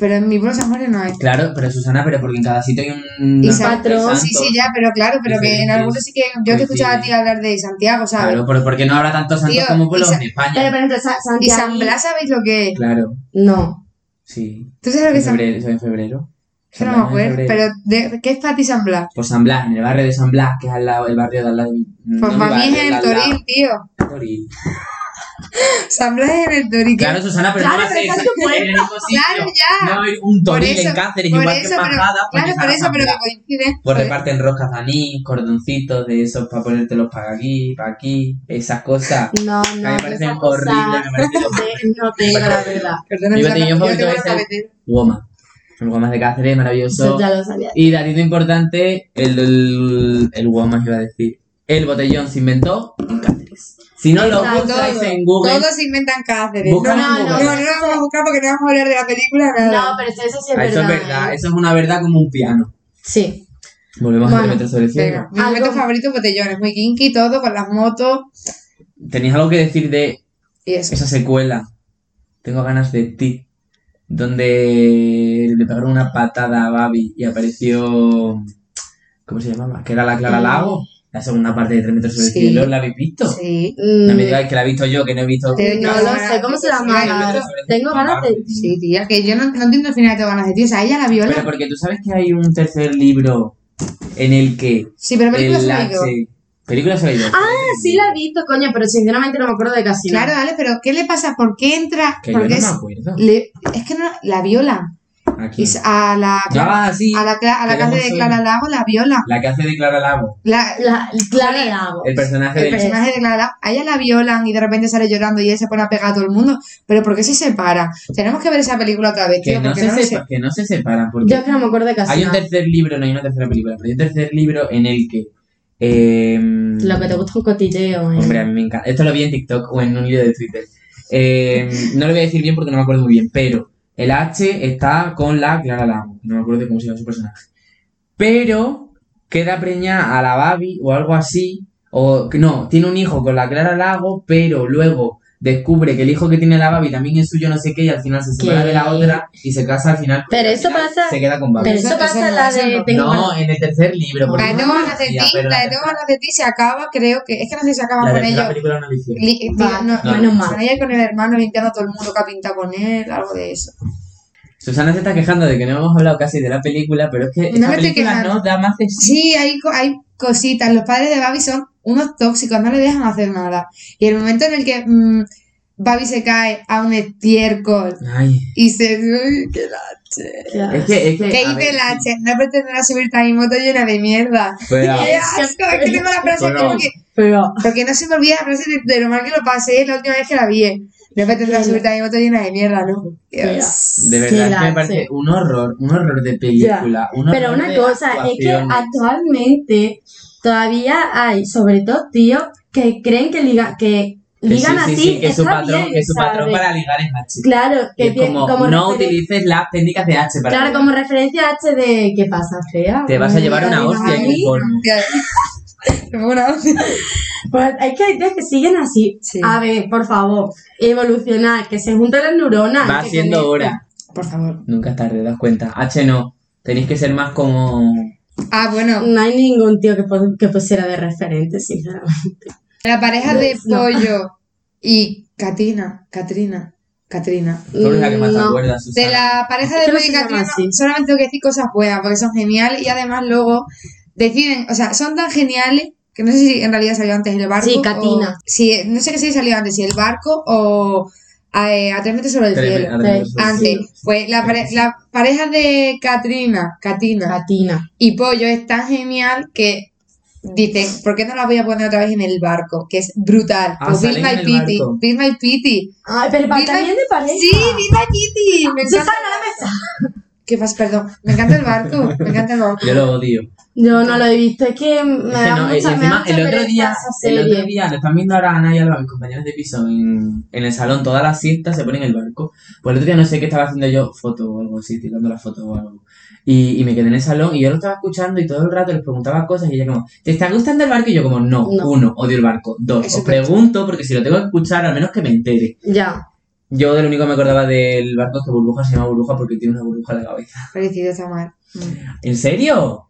[SPEAKER 3] Pero en mi pueblo San Jorge no hay.
[SPEAKER 2] Claro, pero Susana, pero porque en cada sitio hay un
[SPEAKER 3] Y
[SPEAKER 2] un
[SPEAKER 3] San-
[SPEAKER 1] patrón,
[SPEAKER 3] Sí, sí, ya, pero claro, pero que en
[SPEAKER 2] Diferentes.
[SPEAKER 3] algunos sí que. Yo te escuchaba a ti hablar de Santiago, ¿sabes?
[SPEAKER 2] Claro, pero porque no habrá tantos santos
[SPEAKER 3] Tío,
[SPEAKER 2] como pueblos
[SPEAKER 3] y
[SPEAKER 2] en
[SPEAKER 3] San-
[SPEAKER 1] Pero,
[SPEAKER 2] España.
[SPEAKER 1] por ejemplo, Sa- Santiago.
[SPEAKER 3] Y San Blas, ¿sabéis lo que es?
[SPEAKER 2] Claro,
[SPEAKER 1] No.
[SPEAKER 2] sí.
[SPEAKER 3] ¿Tú sabes lo que
[SPEAKER 2] En
[SPEAKER 3] es San Blas?
[SPEAKER 2] febrero, eso en febrero.
[SPEAKER 3] Yo
[SPEAKER 2] San
[SPEAKER 3] no
[SPEAKER 2] Blas
[SPEAKER 3] me
[SPEAKER 2] en
[SPEAKER 3] acuerdo,
[SPEAKER 2] febrero.
[SPEAKER 3] pero de- ¿qué es para ti San Blas?
[SPEAKER 2] Por San Blas, en el barrio de San Blas, que es al lado, el barrio de al lado. de mi- no
[SPEAKER 3] Pues
[SPEAKER 2] mi
[SPEAKER 3] para mí
[SPEAKER 2] barrio,
[SPEAKER 3] es en el
[SPEAKER 2] al lado.
[SPEAKER 3] Toril, tío.
[SPEAKER 2] Toril.
[SPEAKER 3] San Blas es en el Toril. tío.
[SPEAKER 2] Claro, Susana, pero
[SPEAKER 1] Claro,
[SPEAKER 2] no va a
[SPEAKER 1] pero
[SPEAKER 2] ser
[SPEAKER 1] está en tu
[SPEAKER 2] en el mismo sitio.
[SPEAKER 3] Claro, ya.
[SPEAKER 2] No va a haber un
[SPEAKER 3] Por
[SPEAKER 2] Toril
[SPEAKER 3] eso-
[SPEAKER 2] en Cáceres,
[SPEAKER 3] por
[SPEAKER 2] igual que
[SPEAKER 3] eso,
[SPEAKER 2] en
[SPEAKER 3] pero-
[SPEAKER 2] Bajada. porque
[SPEAKER 3] Claro,
[SPEAKER 2] está
[SPEAKER 3] por
[SPEAKER 2] San
[SPEAKER 3] eso, pero
[SPEAKER 2] Blas.
[SPEAKER 3] que coincide.
[SPEAKER 2] Pues reparten roscas de anís, cordoncitos de esos para ponértelos para aquí, para aquí, esas cosas.
[SPEAKER 1] No, no.
[SPEAKER 2] me
[SPEAKER 1] esas
[SPEAKER 2] parecen
[SPEAKER 1] cosas
[SPEAKER 2] horribles, me parecen
[SPEAKER 1] de- No tengo, la verdad.
[SPEAKER 3] Perdona,
[SPEAKER 2] Mi
[SPEAKER 3] Susana,
[SPEAKER 2] botellón
[SPEAKER 3] yo
[SPEAKER 2] favorito
[SPEAKER 3] tengo
[SPEAKER 2] es
[SPEAKER 3] la
[SPEAKER 2] el-
[SPEAKER 3] cafetera.
[SPEAKER 2] Goma. El Guamas de Cáceres, maravilloso.
[SPEAKER 1] Eso ya lo sabía.
[SPEAKER 2] Y datito importante, el, el, el Guamas iba a decir. El botellón se inventó en Cáceres. Si no lo
[SPEAKER 1] Exacto,
[SPEAKER 2] buscáis
[SPEAKER 3] Todo.
[SPEAKER 2] en Google,
[SPEAKER 3] Todos inventan Cáceres. No,
[SPEAKER 2] Busca
[SPEAKER 3] no,
[SPEAKER 2] en
[SPEAKER 3] no,
[SPEAKER 1] Google.
[SPEAKER 3] no, no lo vamos a buscar porque no vamos a hablar de la película.
[SPEAKER 1] No,
[SPEAKER 3] Nada.
[SPEAKER 1] pero eso, eso sí es
[SPEAKER 2] Ah,
[SPEAKER 1] verdad.
[SPEAKER 2] eso es verdad,
[SPEAKER 1] ¿eh?
[SPEAKER 2] eso es una verdad como un piano.
[SPEAKER 1] Sí.
[SPEAKER 2] Volvemos a
[SPEAKER 1] Bueno,
[SPEAKER 2] metros sobre el
[SPEAKER 3] Venga,
[SPEAKER 2] cielo.
[SPEAKER 3] mi momento
[SPEAKER 1] Algo-
[SPEAKER 3] favorito es botellones, muy kinky, todo, con las motos
[SPEAKER 2] ¿Tenéis algo que decir de
[SPEAKER 3] y eso.
[SPEAKER 2] esa secuela? Tengo ganas de ti. Donde le pegaron una patada a Babi y apareció. ¿Cómo se llamaba? Que era la Clara Lago. La segunda parte de Tres metros sobre
[SPEAKER 3] Sí.
[SPEAKER 2] el cielo. ¿La habéis visto?
[SPEAKER 3] Sí, Eh,
[SPEAKER 2] No
[SPEAKER 1] Mm,
[SPEAKER 2] me digáis que la he visto yo, que no he visto.
[SPEAKER 3] Te-
[SPEAKER 1] no
[SPEAKER 3] Tengo
[SPEAKER 1] lo
[SPEAKER 3] ganas
[SPEAKER 1] sé, ¿cómo se
[SPEAKER 3] de-
[SPEAKER 1] llama?
[SPEAKER 3] Tengo
[SPEAKER 2] ganas de-
[SPEAKER 1] Tengo ganas de...
[SPEAKER 3] sí, tía, que yo no, no entiendo al final de ganas de ti. O sea, ella la viola.
[SPEAKER 2] Mm. Pero porque tú sabes que hay un tercer libro en el que
[SPEAKER 3] sí, pero películas
[SPEAKER 2] el
[SPEAKER 3] solo hay dos.
[SPEAKER 2] H... Película solo hay dos.
[SPEAKER 1] Ah, sí la he visto, coño, pero sinceramente no me acuerdo de casi
[SPEAKER 3] Claro,
[SPEAKER 1] nada.
[SPEAKER 3] dale, pero ¿qué le pasa? ¿Por qué entra?
[SPEAKER 2] Que yo no
[SPEAKER 3] Porque
[SPEAKER 2] me
[SPEAKER 3] es,
[SPEAKER 2] acuerdo.
[SPEAKER 3] le- es que no, la viola.
[SPEAKER 2] Aquí.
[SPEAKER 3] Y s- a la,
[SPEAKER 2] No, ah, sí.
[SPEAKER 3] a la, cla- a la
[SPEAKER 2] Queremos
[SPEAKER 3] casa de
[SPEAKER 2] ser-
[SPEAKER 3] Clara Lago la viola.
[SPEAKER 2] La que hace de Clara Lago.
[SPEAKER 3] La,
[SPEAKER 1] La, Clara Lago.
[SPEAKER 2] El personaje
[SPEAKER 3] el
[SPEAKER 2] de...
[SPEAKER 3] personaje de Clara Lago, a ella la violan y de repente sale llorando y él se pone a pegar a todo el mundo. Pero ¿por qué se separa? Tenemos que ver esa película otra vez,
[SPEAKER 2] Que
[SPEAKER 3] tío,
[SPEAKER 2] no,
[SPEAKER 3] porque
[SPEAKER 2] se
[SPEAKER 3] no lo sé.
[SPEAKER 2] sepa- que no se separan. Porque
[SPEAKER 1] Yo es que no me acuerdo de casi
[SPEAKER 2] hay un
[SPEAKER 1] nada.
[SPEAKER 2] tercer libro, no hay una tercera película, pero hay un tercer libro en el que... em,
[SPEAKER 1] Lo que te gusta es un cotilleo, ¿eh?
[SPEAKER 2] Hombre, a mí me encanta. Esto lo vi en TikTok o en un vídeo de Twitter. Eh, no lo voy a decir bien porque no me acuerdo muy bien, pero el H está con la Clara Lago. No me acuerdo de cómo se llama su personaje. Pero queda preñada a la Babi o algo así. O que no, tiene un hijo con la Clara Lago, pero luego descubre que el hijo que tiene la Babi también es suyo, no sé qué, y al final se separa
[SPEAKER 1] ¿Qué?
[SPEAKER 2] de la otra y se casa al final. con
[SPEAKER 1] Pero
[SPEAKER 2] la
[SPEAKER 1] eso
[SPEAKER 2] final,
[SPEAKER 1] pasa-
[SPEAKER 2] Se queda con Babi.
[SPEAKER 1] Pero
[SPEAKER 3] Eso-
[SPEAKER 1] eso
[SPEAKER 3] eso
[SPEAKER 1] pasa
[SPEAKER 3] no,
[SPEAKER 1] la
[SPEAKER 3] eso
[SPEAKER 1] de
[SPEAKER 3] no.
[SPEAKER 1] tengo
[SPEAKER 2] No, en el tercer libro. porque
[SPEAKER 3] La de
[SPEAKER 2] no
[SPEAKER 3] tengo
[SPEAKER 2] me
[SPEAKER 3] ganas de ti,
[SPEAKER 2] decía, pero
[SPEAKER 3] la de
[SPEAKER 2] tercera-
[SPEAKER 3] tengo ganas de ti se acaba, creo que. Es que no sé si se acaba
[SPEAKER 2] la
[SPEAKER 3] con
[SPEAKER 2] tercera
[SPEAKER 3] ellos.
[SPEAKER 2] película no lo hicieron.
[SPEAKER 3] Li-
[SPEAKER 1] Va,
[SPEAKER 3] no,
[SPEAKER 2] no,
[SPEAKER 1] menos
[SPEAKER 3] Con
[SPEAKER 1] mal.
[SPEAKER 3] ella y con el hermano limpiando a todo el mundo que ha pintado con él, algo de eso.
[SPEAKER 2] Susana se está quejando de que no hemos hablado casi de la película, pero es que
[SPEAKER 3] No
[SPEAKER 2] esta
[SPEAKER 3] me estoy
[SPEAKER 2] película
[SPEAKER 3] quejando.
[SPEAKER 2] no da más de sí.
[SPEAKER 3] Sí, hay, co- hay cositas. Los padres de Babi son unos tóxicos, no le dejan hacer nada. Y el momento en el que mm, Babi se cae a un estiércol
[SPEAKER 2] Ay,
[SPEAKER 3] y se. ¡Uy, qué lache!
[SPEAKER 2] es que, es que.
[SPEAKER 3] ¿Qué
[SPEAKER 2] a ver,
[SPEAKER 3] hice lache? No pretenderá subirte a mi moto llena de mierda.
[SPEAKER 2] pero-
[SPEAKER 3] ¡Qué asco! Es que tengo la frase
[SPEAKER 2] Ah. Bueno.
[SPEAKER 3] como que.
[SPEAKER 1] Pero
[SPEAKER 3] Porque no se me olvida la frase de, de lo mal que lo pasé la última vez que la vi. eh. No pretenderá
[SPEAKER 1] Qué
[SPEAKER 3] subirte a mi moto llena de mierda, ¿no? Dios.
[SPEAKER 2] De verdad,
[SPEAKER 1] Sí,
[SPEAKER 2] es que me
[SPEAKER 1] la-
[SPEAKER 2] parece
[SPEAKER 1] sí.
[SPEAKER 2] un horror, un horror de película. un horror
[SPEAKER 1] Pero una
[SPEAKER 2] de
[SPEAKER 1] cosa, es que
[SPEAKER 2] actuaciones.
[SPEAKER 1] actualmente todavía hay, sobre todo tíos, que creen que, liga, que
[SPEAKER 2] Que
[SPEAKER 1] ligan
[SPEAKER 2] sí, sí,
[SPEAKER 1] así
[SPEAKER 2] sí, que su
[SPEAKER 1] está
[SPEAKER 2] patrón,
[SPEAKER 1] bien,
[SPEAKER 2] que su
[SPEAKER 1] ¿sabes?
[SPEAKER 2] patrón para ligar es H.
[SPEAKER 1] Claro,
[SPEAKER 2] Y
[SPEAKER 1] que
[SPEAKER 2] es
[SPEAKER 1] tienen
[SPEAKER 2] como, no
[SPEAKER 1] referencia-
[SPEAKER 2] utilices las técnicas de H para
[SPEAKER 1] Claro,
[SPEAKER 2] ligar.
[SPEAKER 1] como referencia H de ¿qué pasa, fea?
[SPEAKER 2] Te vas a llevar
[SPEAKER 1] Mira,
[SPEAKER 2] una
[SPEAKER 1] mira,
[SPEAKER 2] hostia
[SPEAKER 1] mira.
[SPEAKER 2] aquí. colmo.
[SPEAKER 3] Una hostia.
[SPEAKER 1] Pues es que hay tíos que siguen así.
[SPEAKER 3] Sí.
[SPEAKER 1] A ver, por favor, evolucionar, que se junten las neuronas.
[SPEAKER 2] Va
[SPEAKER 1] Ah, que
[SPEAKER 2] siendo
[SPEAKER 1] conecten.
[SPEAKER 2] hora.
[SPEAKER 3] Por favor.
[SPEAKER 2] Nunca es tarde, das cuenta. H no. Tenéis que ser más como.
[SPEAKER 3] Ah, bueno.
[SPEAKER 1] No hay ningún tío que, pos- que pusiera de referente, sinceramente.
[SPEAKER 3] La pareja de
[SPEAKER 1] No.
[SPEAKER 3] Pollo y Katina, Katrina, Katrina.
[SPEAKER 2] Tú eres la que más te
[SPEAKER 1] Mm, No.
[SPEAKER 2] acuerdas,
[SPEAKER 3] De
[SPEAKER 2] Susana.
[SPEAKER 3] la pareja
[SPEAKER 1] Es que
[SPEAKER 3] de
[SPEAKER 1] no
[SPEAKER 3] Pollo y
[SPEAKER 1] se llama
[SPEAKER 3] Katrina
[SPEAKER 1] así.
[SPEAKER 3] solamente tengo que decir cosas buenas porque son geniales y además luego deciden, o sea, son tan geniales que no sé si en realidad salió antes el barco.
[SPEAKER 1] Sí,
[SPEAKER 3] o-
[SPEAKER 1] Katina.
[SPEAKER 3] si, no sé qué si salió antes, si el barco o a, eh, a tres metros sobre el
[SPEAKER 2] Tres-
[SPEAKER 3] cielo.
[SPEAKER 2] a tres-
[SPEAKER 1] Sí.
[SPEAKER 3] Antes,
[SPEAKER 1] Sí.
[SPEAKER 3] pues la, pare- la pareja de Katrina, Katina,
[SPEAKER 1] Latina.
[SPEAKER 3] y Pollo es tan genial que dicen, ¿por qué no la voy a poner otra vez en el barco? Que es brutal.
[SPEAKER 2] Ah,
[SPEAKER 3] O Be
[SPEAKER 2] salen en
[SPEAKER 3] My
[SPEAKER 2] el
[SPEAKER 3] Pity,
[SPEAKER 2] barco.
[SPEAKER 3] Be My Pity.
[SPEAKER 1] Ay, pero pa-
[SPEAKER 3] Viva-
[SPEAKER 1] también de pareja.
[SPEAKER 3] Sí, Be My Pity. Me encanta.
[SPEAKER 1] Susana, la mesa.
[SPEAKER 3] ¿Qué pasa? Perdón. Me encanta el barco. Me encanta el barco.
[SPEAKER 2] Yo lo odio.
[SPEAKER 1] Yo no lo he visto, es que me
[SPEAKER 2] Es que
[SPEAKER 1] da
[SPEAKER 2] no, y
[SPEAKER 1] mucha, me da
[SPEAKER 2] encima,
[SPEAKER 1] mucha
[SPEAKER 2] el otro,
[SPEAKER 1] pereza
[SPEAKER 2] día,
[SPEAKER 1] esa
[SPEAKER 2] el
[SPEAKER 1] serie.
[SPEAKER 2] otro día, lo están viendo ahora Ana y Alba, mis compañeros de piso, en, en el salón, todas las siestas se ponen en el barco. Pues el otro día no sé qué estaba haciendo yo, foto o algo así, tirando la foto o algo. Y, y me quedé en el salón y yo lo estaba escuchando y todo el rato les preguntaba cosas y ella como, ¿te está gustando el barco? Y yo como, no,
[SPEAKER 1] No.
[SPEAKER 2] uno, odio el barco. Dos,
[SPEAKER 3] Eso
[SPEAKER 2] os
[SPEAKER 3] es
[SPEAKER 2] pregunto porque si lo tengo que escuchar, al menos que me entere.
[SPEAKER 1] Ya.
[SPEAKER 2] Yo de lo único que me acordaba del barco es que Burbuja se llama Burbuja porque tiene una burbuja en la cabeza.
[SPEAKER 3] Parecido está mal. Mm.
[SPEAKER 2] ¿En serio?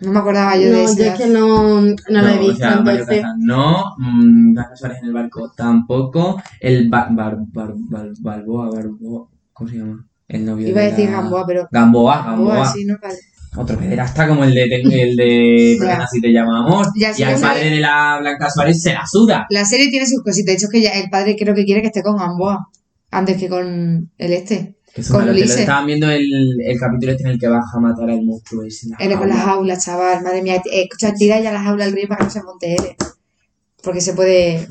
[SPEAKER 3] No me acordaba yo de
[SPEAKER 1] No,
[SPEAKER 3] eso.
[SPEAKER 1] yo es que no, no, lo he
[SPEAKER 2] o
[SPEAKER 1] visto,
[SPEAKER 2] sea, Mario
[SPEAKER 1] entonces.
[SPEAKER 2] Casas no, mm, Rafa Suárez en el barco tampoco, el ba bar bar bar Balboa, Barboa, ¿cómo se llama? El novio
[SPEAKER 3] Iba a
[SPEAKER 2] de
[SPEAKER 3] decir
[SPEAKER 2] la-
[SPEAKER 3] Gamboa, pero...
[SPEAKER 2] Gamboa, Gamboa.
[SPEAKER 3] Gamboa, sí, no vale.
[SPEAKER 2] Otro pederasta como el de, el de
[SPEAKER 3] Ya.
[SPEAKER 2] Perdona si te llamamos.
[SPEAKER 3] Ya, sí,
[SPEAKER 2] y al
[SPEAKER 3] yo sé.
[SPEAKER 2] padre de la Blanca Suárez se la suda.
[SPEAKER 3] La serie tiene sus cositas. De hecho, es que ya el padre creo que quiere que esté con Gamboa antes que con el este.
[SPEAKER 2] Que es
[SPEAKER 3] Con
[SPEAKER 2] malo, que lo
[SPEAKER 3] Ulises.
[SPEAKER 2] estaban viendo el, el capítulo este en el que baja a matar al monstruo ese. en la
[SPEAKER 3] Él con
[SPEAKER 2] jaula.
[SPEAKER 3] las aulas, chaval. Madre mía, eh, escucha, tira ya las aulas al río para que no se monte él. eh, Porque se puede.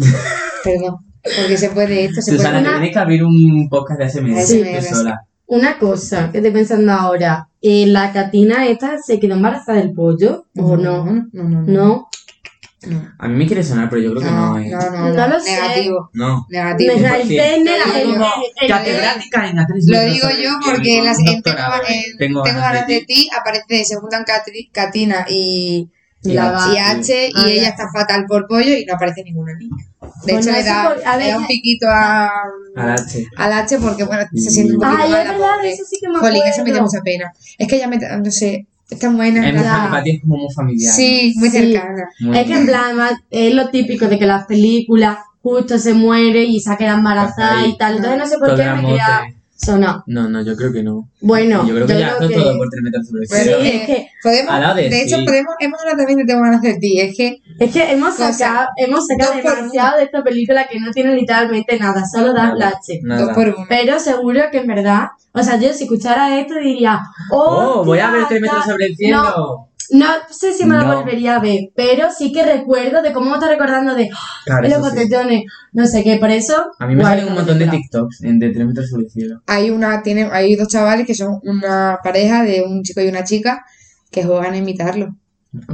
[SPEAKER 3] Perdón. Porque se puede esto, se
[SPEAKER 2] Susana,
[SPEAKER 3] puede.
[SPEAKER 2] te
[SPEAKER 1] Una-
[SPEAKER 2] tienes que abrir un podcast de ASMR
[SPEAKER 3] Sí.
[SPEAKER 2] tú sola.
[SPEAKER 1] Una cosa que estoy pensando ahora, eh, ¿la Catina esta se quedó embarazada del pollo o no?
[SPEAKER 3] No, no, no.
[SPEAKER 1] No,
[SPEAKER 3] No,
[SPEAKER 2] A mí me quiere sonar, pero yo creo que no,
[SPEAKER 3] no,
[SPEAKER 2] eh.
[SPEAKER 3] no, no,
[SPEAKER 1] No lo sé.
[SPEAKER 3] Negativo,
[SPEAKER 2] No.
[SPEAKER 3] negativo.
[SPEAKER 1] me salté en el-
[SPEAKER 3] Yo
[SPEAKER 1] en-
[SPEAKER 3] como
[SPEAKER 1] en-
[SPEAKER 2] catedrática en Atenas
[SPEAKER 3] Lo
[SPEAKER 2] Metro
[SPEAKER 3] digo
[SPEAKER 2] sobre
[SPEAKER 3] yo
[SPEAKER 2] el
[SPEAKER 3] porque
[SPEAKER 2] guion,
[SPEAKER 3] en las,
[SPEAKER 2] un
[SPEAKER 3] en tengo,
[SPEAKER 2] doctorado.
[SPEAKER 3] en tengo ganas de ti aparece, se juntan Catri- Katina y,
[SPEAKER 1] en la va-
[SPEAKER 3] y H y
[SPEAKER 1] Ah,
[SPEAKER 3] ella
[SPEAKER 1] ya.
[SPEAKER 3] está fatal por pollo y no aparece ninguna niña. De
[SPEAKER 1] Pues
[SPEAKER 3] hecho,
[SPEAKER 1] no
[SPEAKER 3] le
[SPEAKER 1] sé
[SPEAKER 3] da,
[SPEAKER 1] por- a
[SPEAKER 3] le
[SPEAKER 1] ver,
[SPEAKER 3] da un piquito a,
[SPEAKER 2] Al H.
[SPEAKER 3] al H porque bueno, se siente un poquito
[SPEAKER 1] Ay, es
[SPEAKER 3] mal la
[SPEAKER 1] verdad,
[SPEAKER 3] pobre.
[SPEAKER 1] eso sí que Mm. Ah, me
[SPEAKER 3] Jolín, eso me da
[SPEAKER 1] acuerdo.
[SPEAKER 3] mucha pena. Es que ella me, no sé, es tan buena.
[SPEAKER 2] Es
[SPEAKER 3] en
[SPEAKER 2] muy
[SPEAKER 3] plan-
[SPEAKER 1] la-
[SPEAKER 2] familiar, es como muy familiar.
[SPEAKER 3] Sí, muy
[SPEAKER 1] Sí.
[SPEAKER 3] cercana.
[SPEAKER 2] Muy
[SPEAKER 1] Es que en plan, además, es lo típico de que las películas justo se muere y se queda embarazada
[SPEAKER 2] Ahí.
[SPEAKER 1] y tal. Entonces no sé por
[SPEAKER 2] Todo
[SPEAKER 1] qué
[SPEAKER 2] era
[SPEAKER 1] me
[SPEAKER 2] mote.
[SPEAKER 1] quería sonar.
[SPEAKER 2] No, no, yo creo que no.
[SPEAKER 1] Bueno,
[SPEAKER 2] yo creo que ya
[SPEAKER 1] que-
[SPEAKER 2] está todo por tres metros sobre el
[SPEAKER 1] Sí,
[SPEAKER 2] cielo.
[SPEAKER 1] es que
[SPEAKER 3] eh, Podemos,
[SPEAKER 2] A la
[SPEAKER 3] de,
[SPEAKER 2] de
[SPEAKER 3] hecho,
[SPEAKER 2] sí.
[SPEAKER 3] podemos, hemos hablado también de Tengo ganas de ti. Es que
[SPEAKER 1] Es que hemos
[SPEAKER 3] Cosa,
[SPEAKER 1] sacado, hemos sacado
[SPEAKER 3] dos por uno.
[SPEAKER 1] demasiado de esta película que no tiene literalmente nada, solo da lache.
[SPEAKER 3] dos
[SPEAKER 2] Nada.
[SPEAKER 3] por uno.
[SPEAKER 1] Pero seguro que en verdad, o sea, yo si escuchara esto diría,
[SPEAKER 2] Oh, voy a ver tres
[SPEAKER 1] tres
[SPEAKER 2] metros sobre el cielo.
[SPEAKER 1] No sé si me lo
[SPEAKER 2] No.
[SPEAKER 1] volvería a ver, pero sí que recuerdo de cómo me está recordando de ¡Ah!
[SPEAKER 2] Claro,
[SPEAKER 1] los
[SPEAKER 2] eso sí.
[SPEAKER 1] botellones, no sé qué, por eso.
[SPEAKER 2] A mí me
[SPEAKER 1] guay,
[SPEAKER 2] salen un montón de
[SPEAKER 1] película.
[SPEAKER 2] TikToks en de tres metros sobre el cielo.
[SPEAKER 3] Hay una, tiene, hay dos chavales que son una pareja de un chico y una chica que juegan a imitarlo.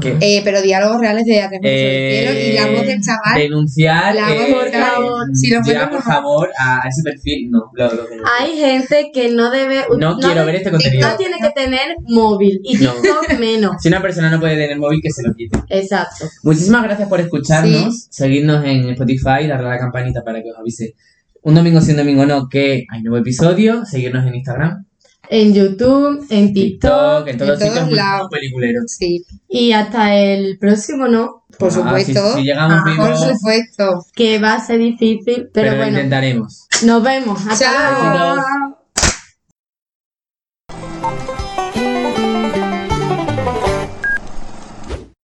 [SPEAKER 2] Que-
[SPEAKER 3] Eh, pero diálogos reales de Atención
[SPEAKER 2] Eh,
[SPEAKER 3] y la voz del chaval.
[SPEAKER 2] Denunciar.
[SPEAKER 3] La voz,
[SPEAKER 2] eh,
[SPEAKER 3] por favor. Si lo
[SPEAKER 2] ya,
[SPEAKER 3] vuelven
[SPEAKER 2] por
[SPEAKER 3] a-
[SPEAKER 2] favor, a a ese perfil. No, lo, lo- lo-
[SPEAKER 1] Hay gente que no debe.
[SPEAKER 2] No quiero
[SPEAKER 1] de-
[SPEAKER 2] ver este contenido.
[SPEAKER 1] No tiene que tener móvil y
[SPEAKER 2] No.
[SPEAKER 1] TikTok menos.
[SPEAKER 2] Si una persona no puede tener móvil, que se lo quite.
[SPEAKER 1] Exacto.
[SPEAKER 2] Muchísimas gracias por escucharnos, seguirnos en Spotify, darle a la campanita para que os avise Un domingo sí, un domingo no, que hay nuevo episodio. Seguirnos en Instagram,
[SPEAKER 1] En YouTube, en TikTok.
[SPEAKER 2] en todos
[SPEAKER 3] en todos
[SPEAKER 2] sitios muy-
[SPEAKER 3] lados.
[SPEAKER 2] muy peliculeros.
[SPEAKER 3] Sí,
[SPEAKER 1] Y hasta el próximo, ¿no?
[SPEAKER 3] por
[SPEAKER 2] Ah,
[SPEAKER 3] supuesto.
[SPEAKER 2] Si, si llegamos
[SPEAKER 1] Ah,
[SPEAKER 2] vivos,
[SPEAKER 3] Por supuesto.
[SPEAKER 1] Que va a ser difícil, pero,
[SPEAKER 2] pero lo
[SPEAKER 1] bueno,
[SPEAKER 2] intentaremos.
[SPEAKER 1] nos vemos. Hasta
[SPEAKER 3] Chao.
[SPEAKER 1] luego.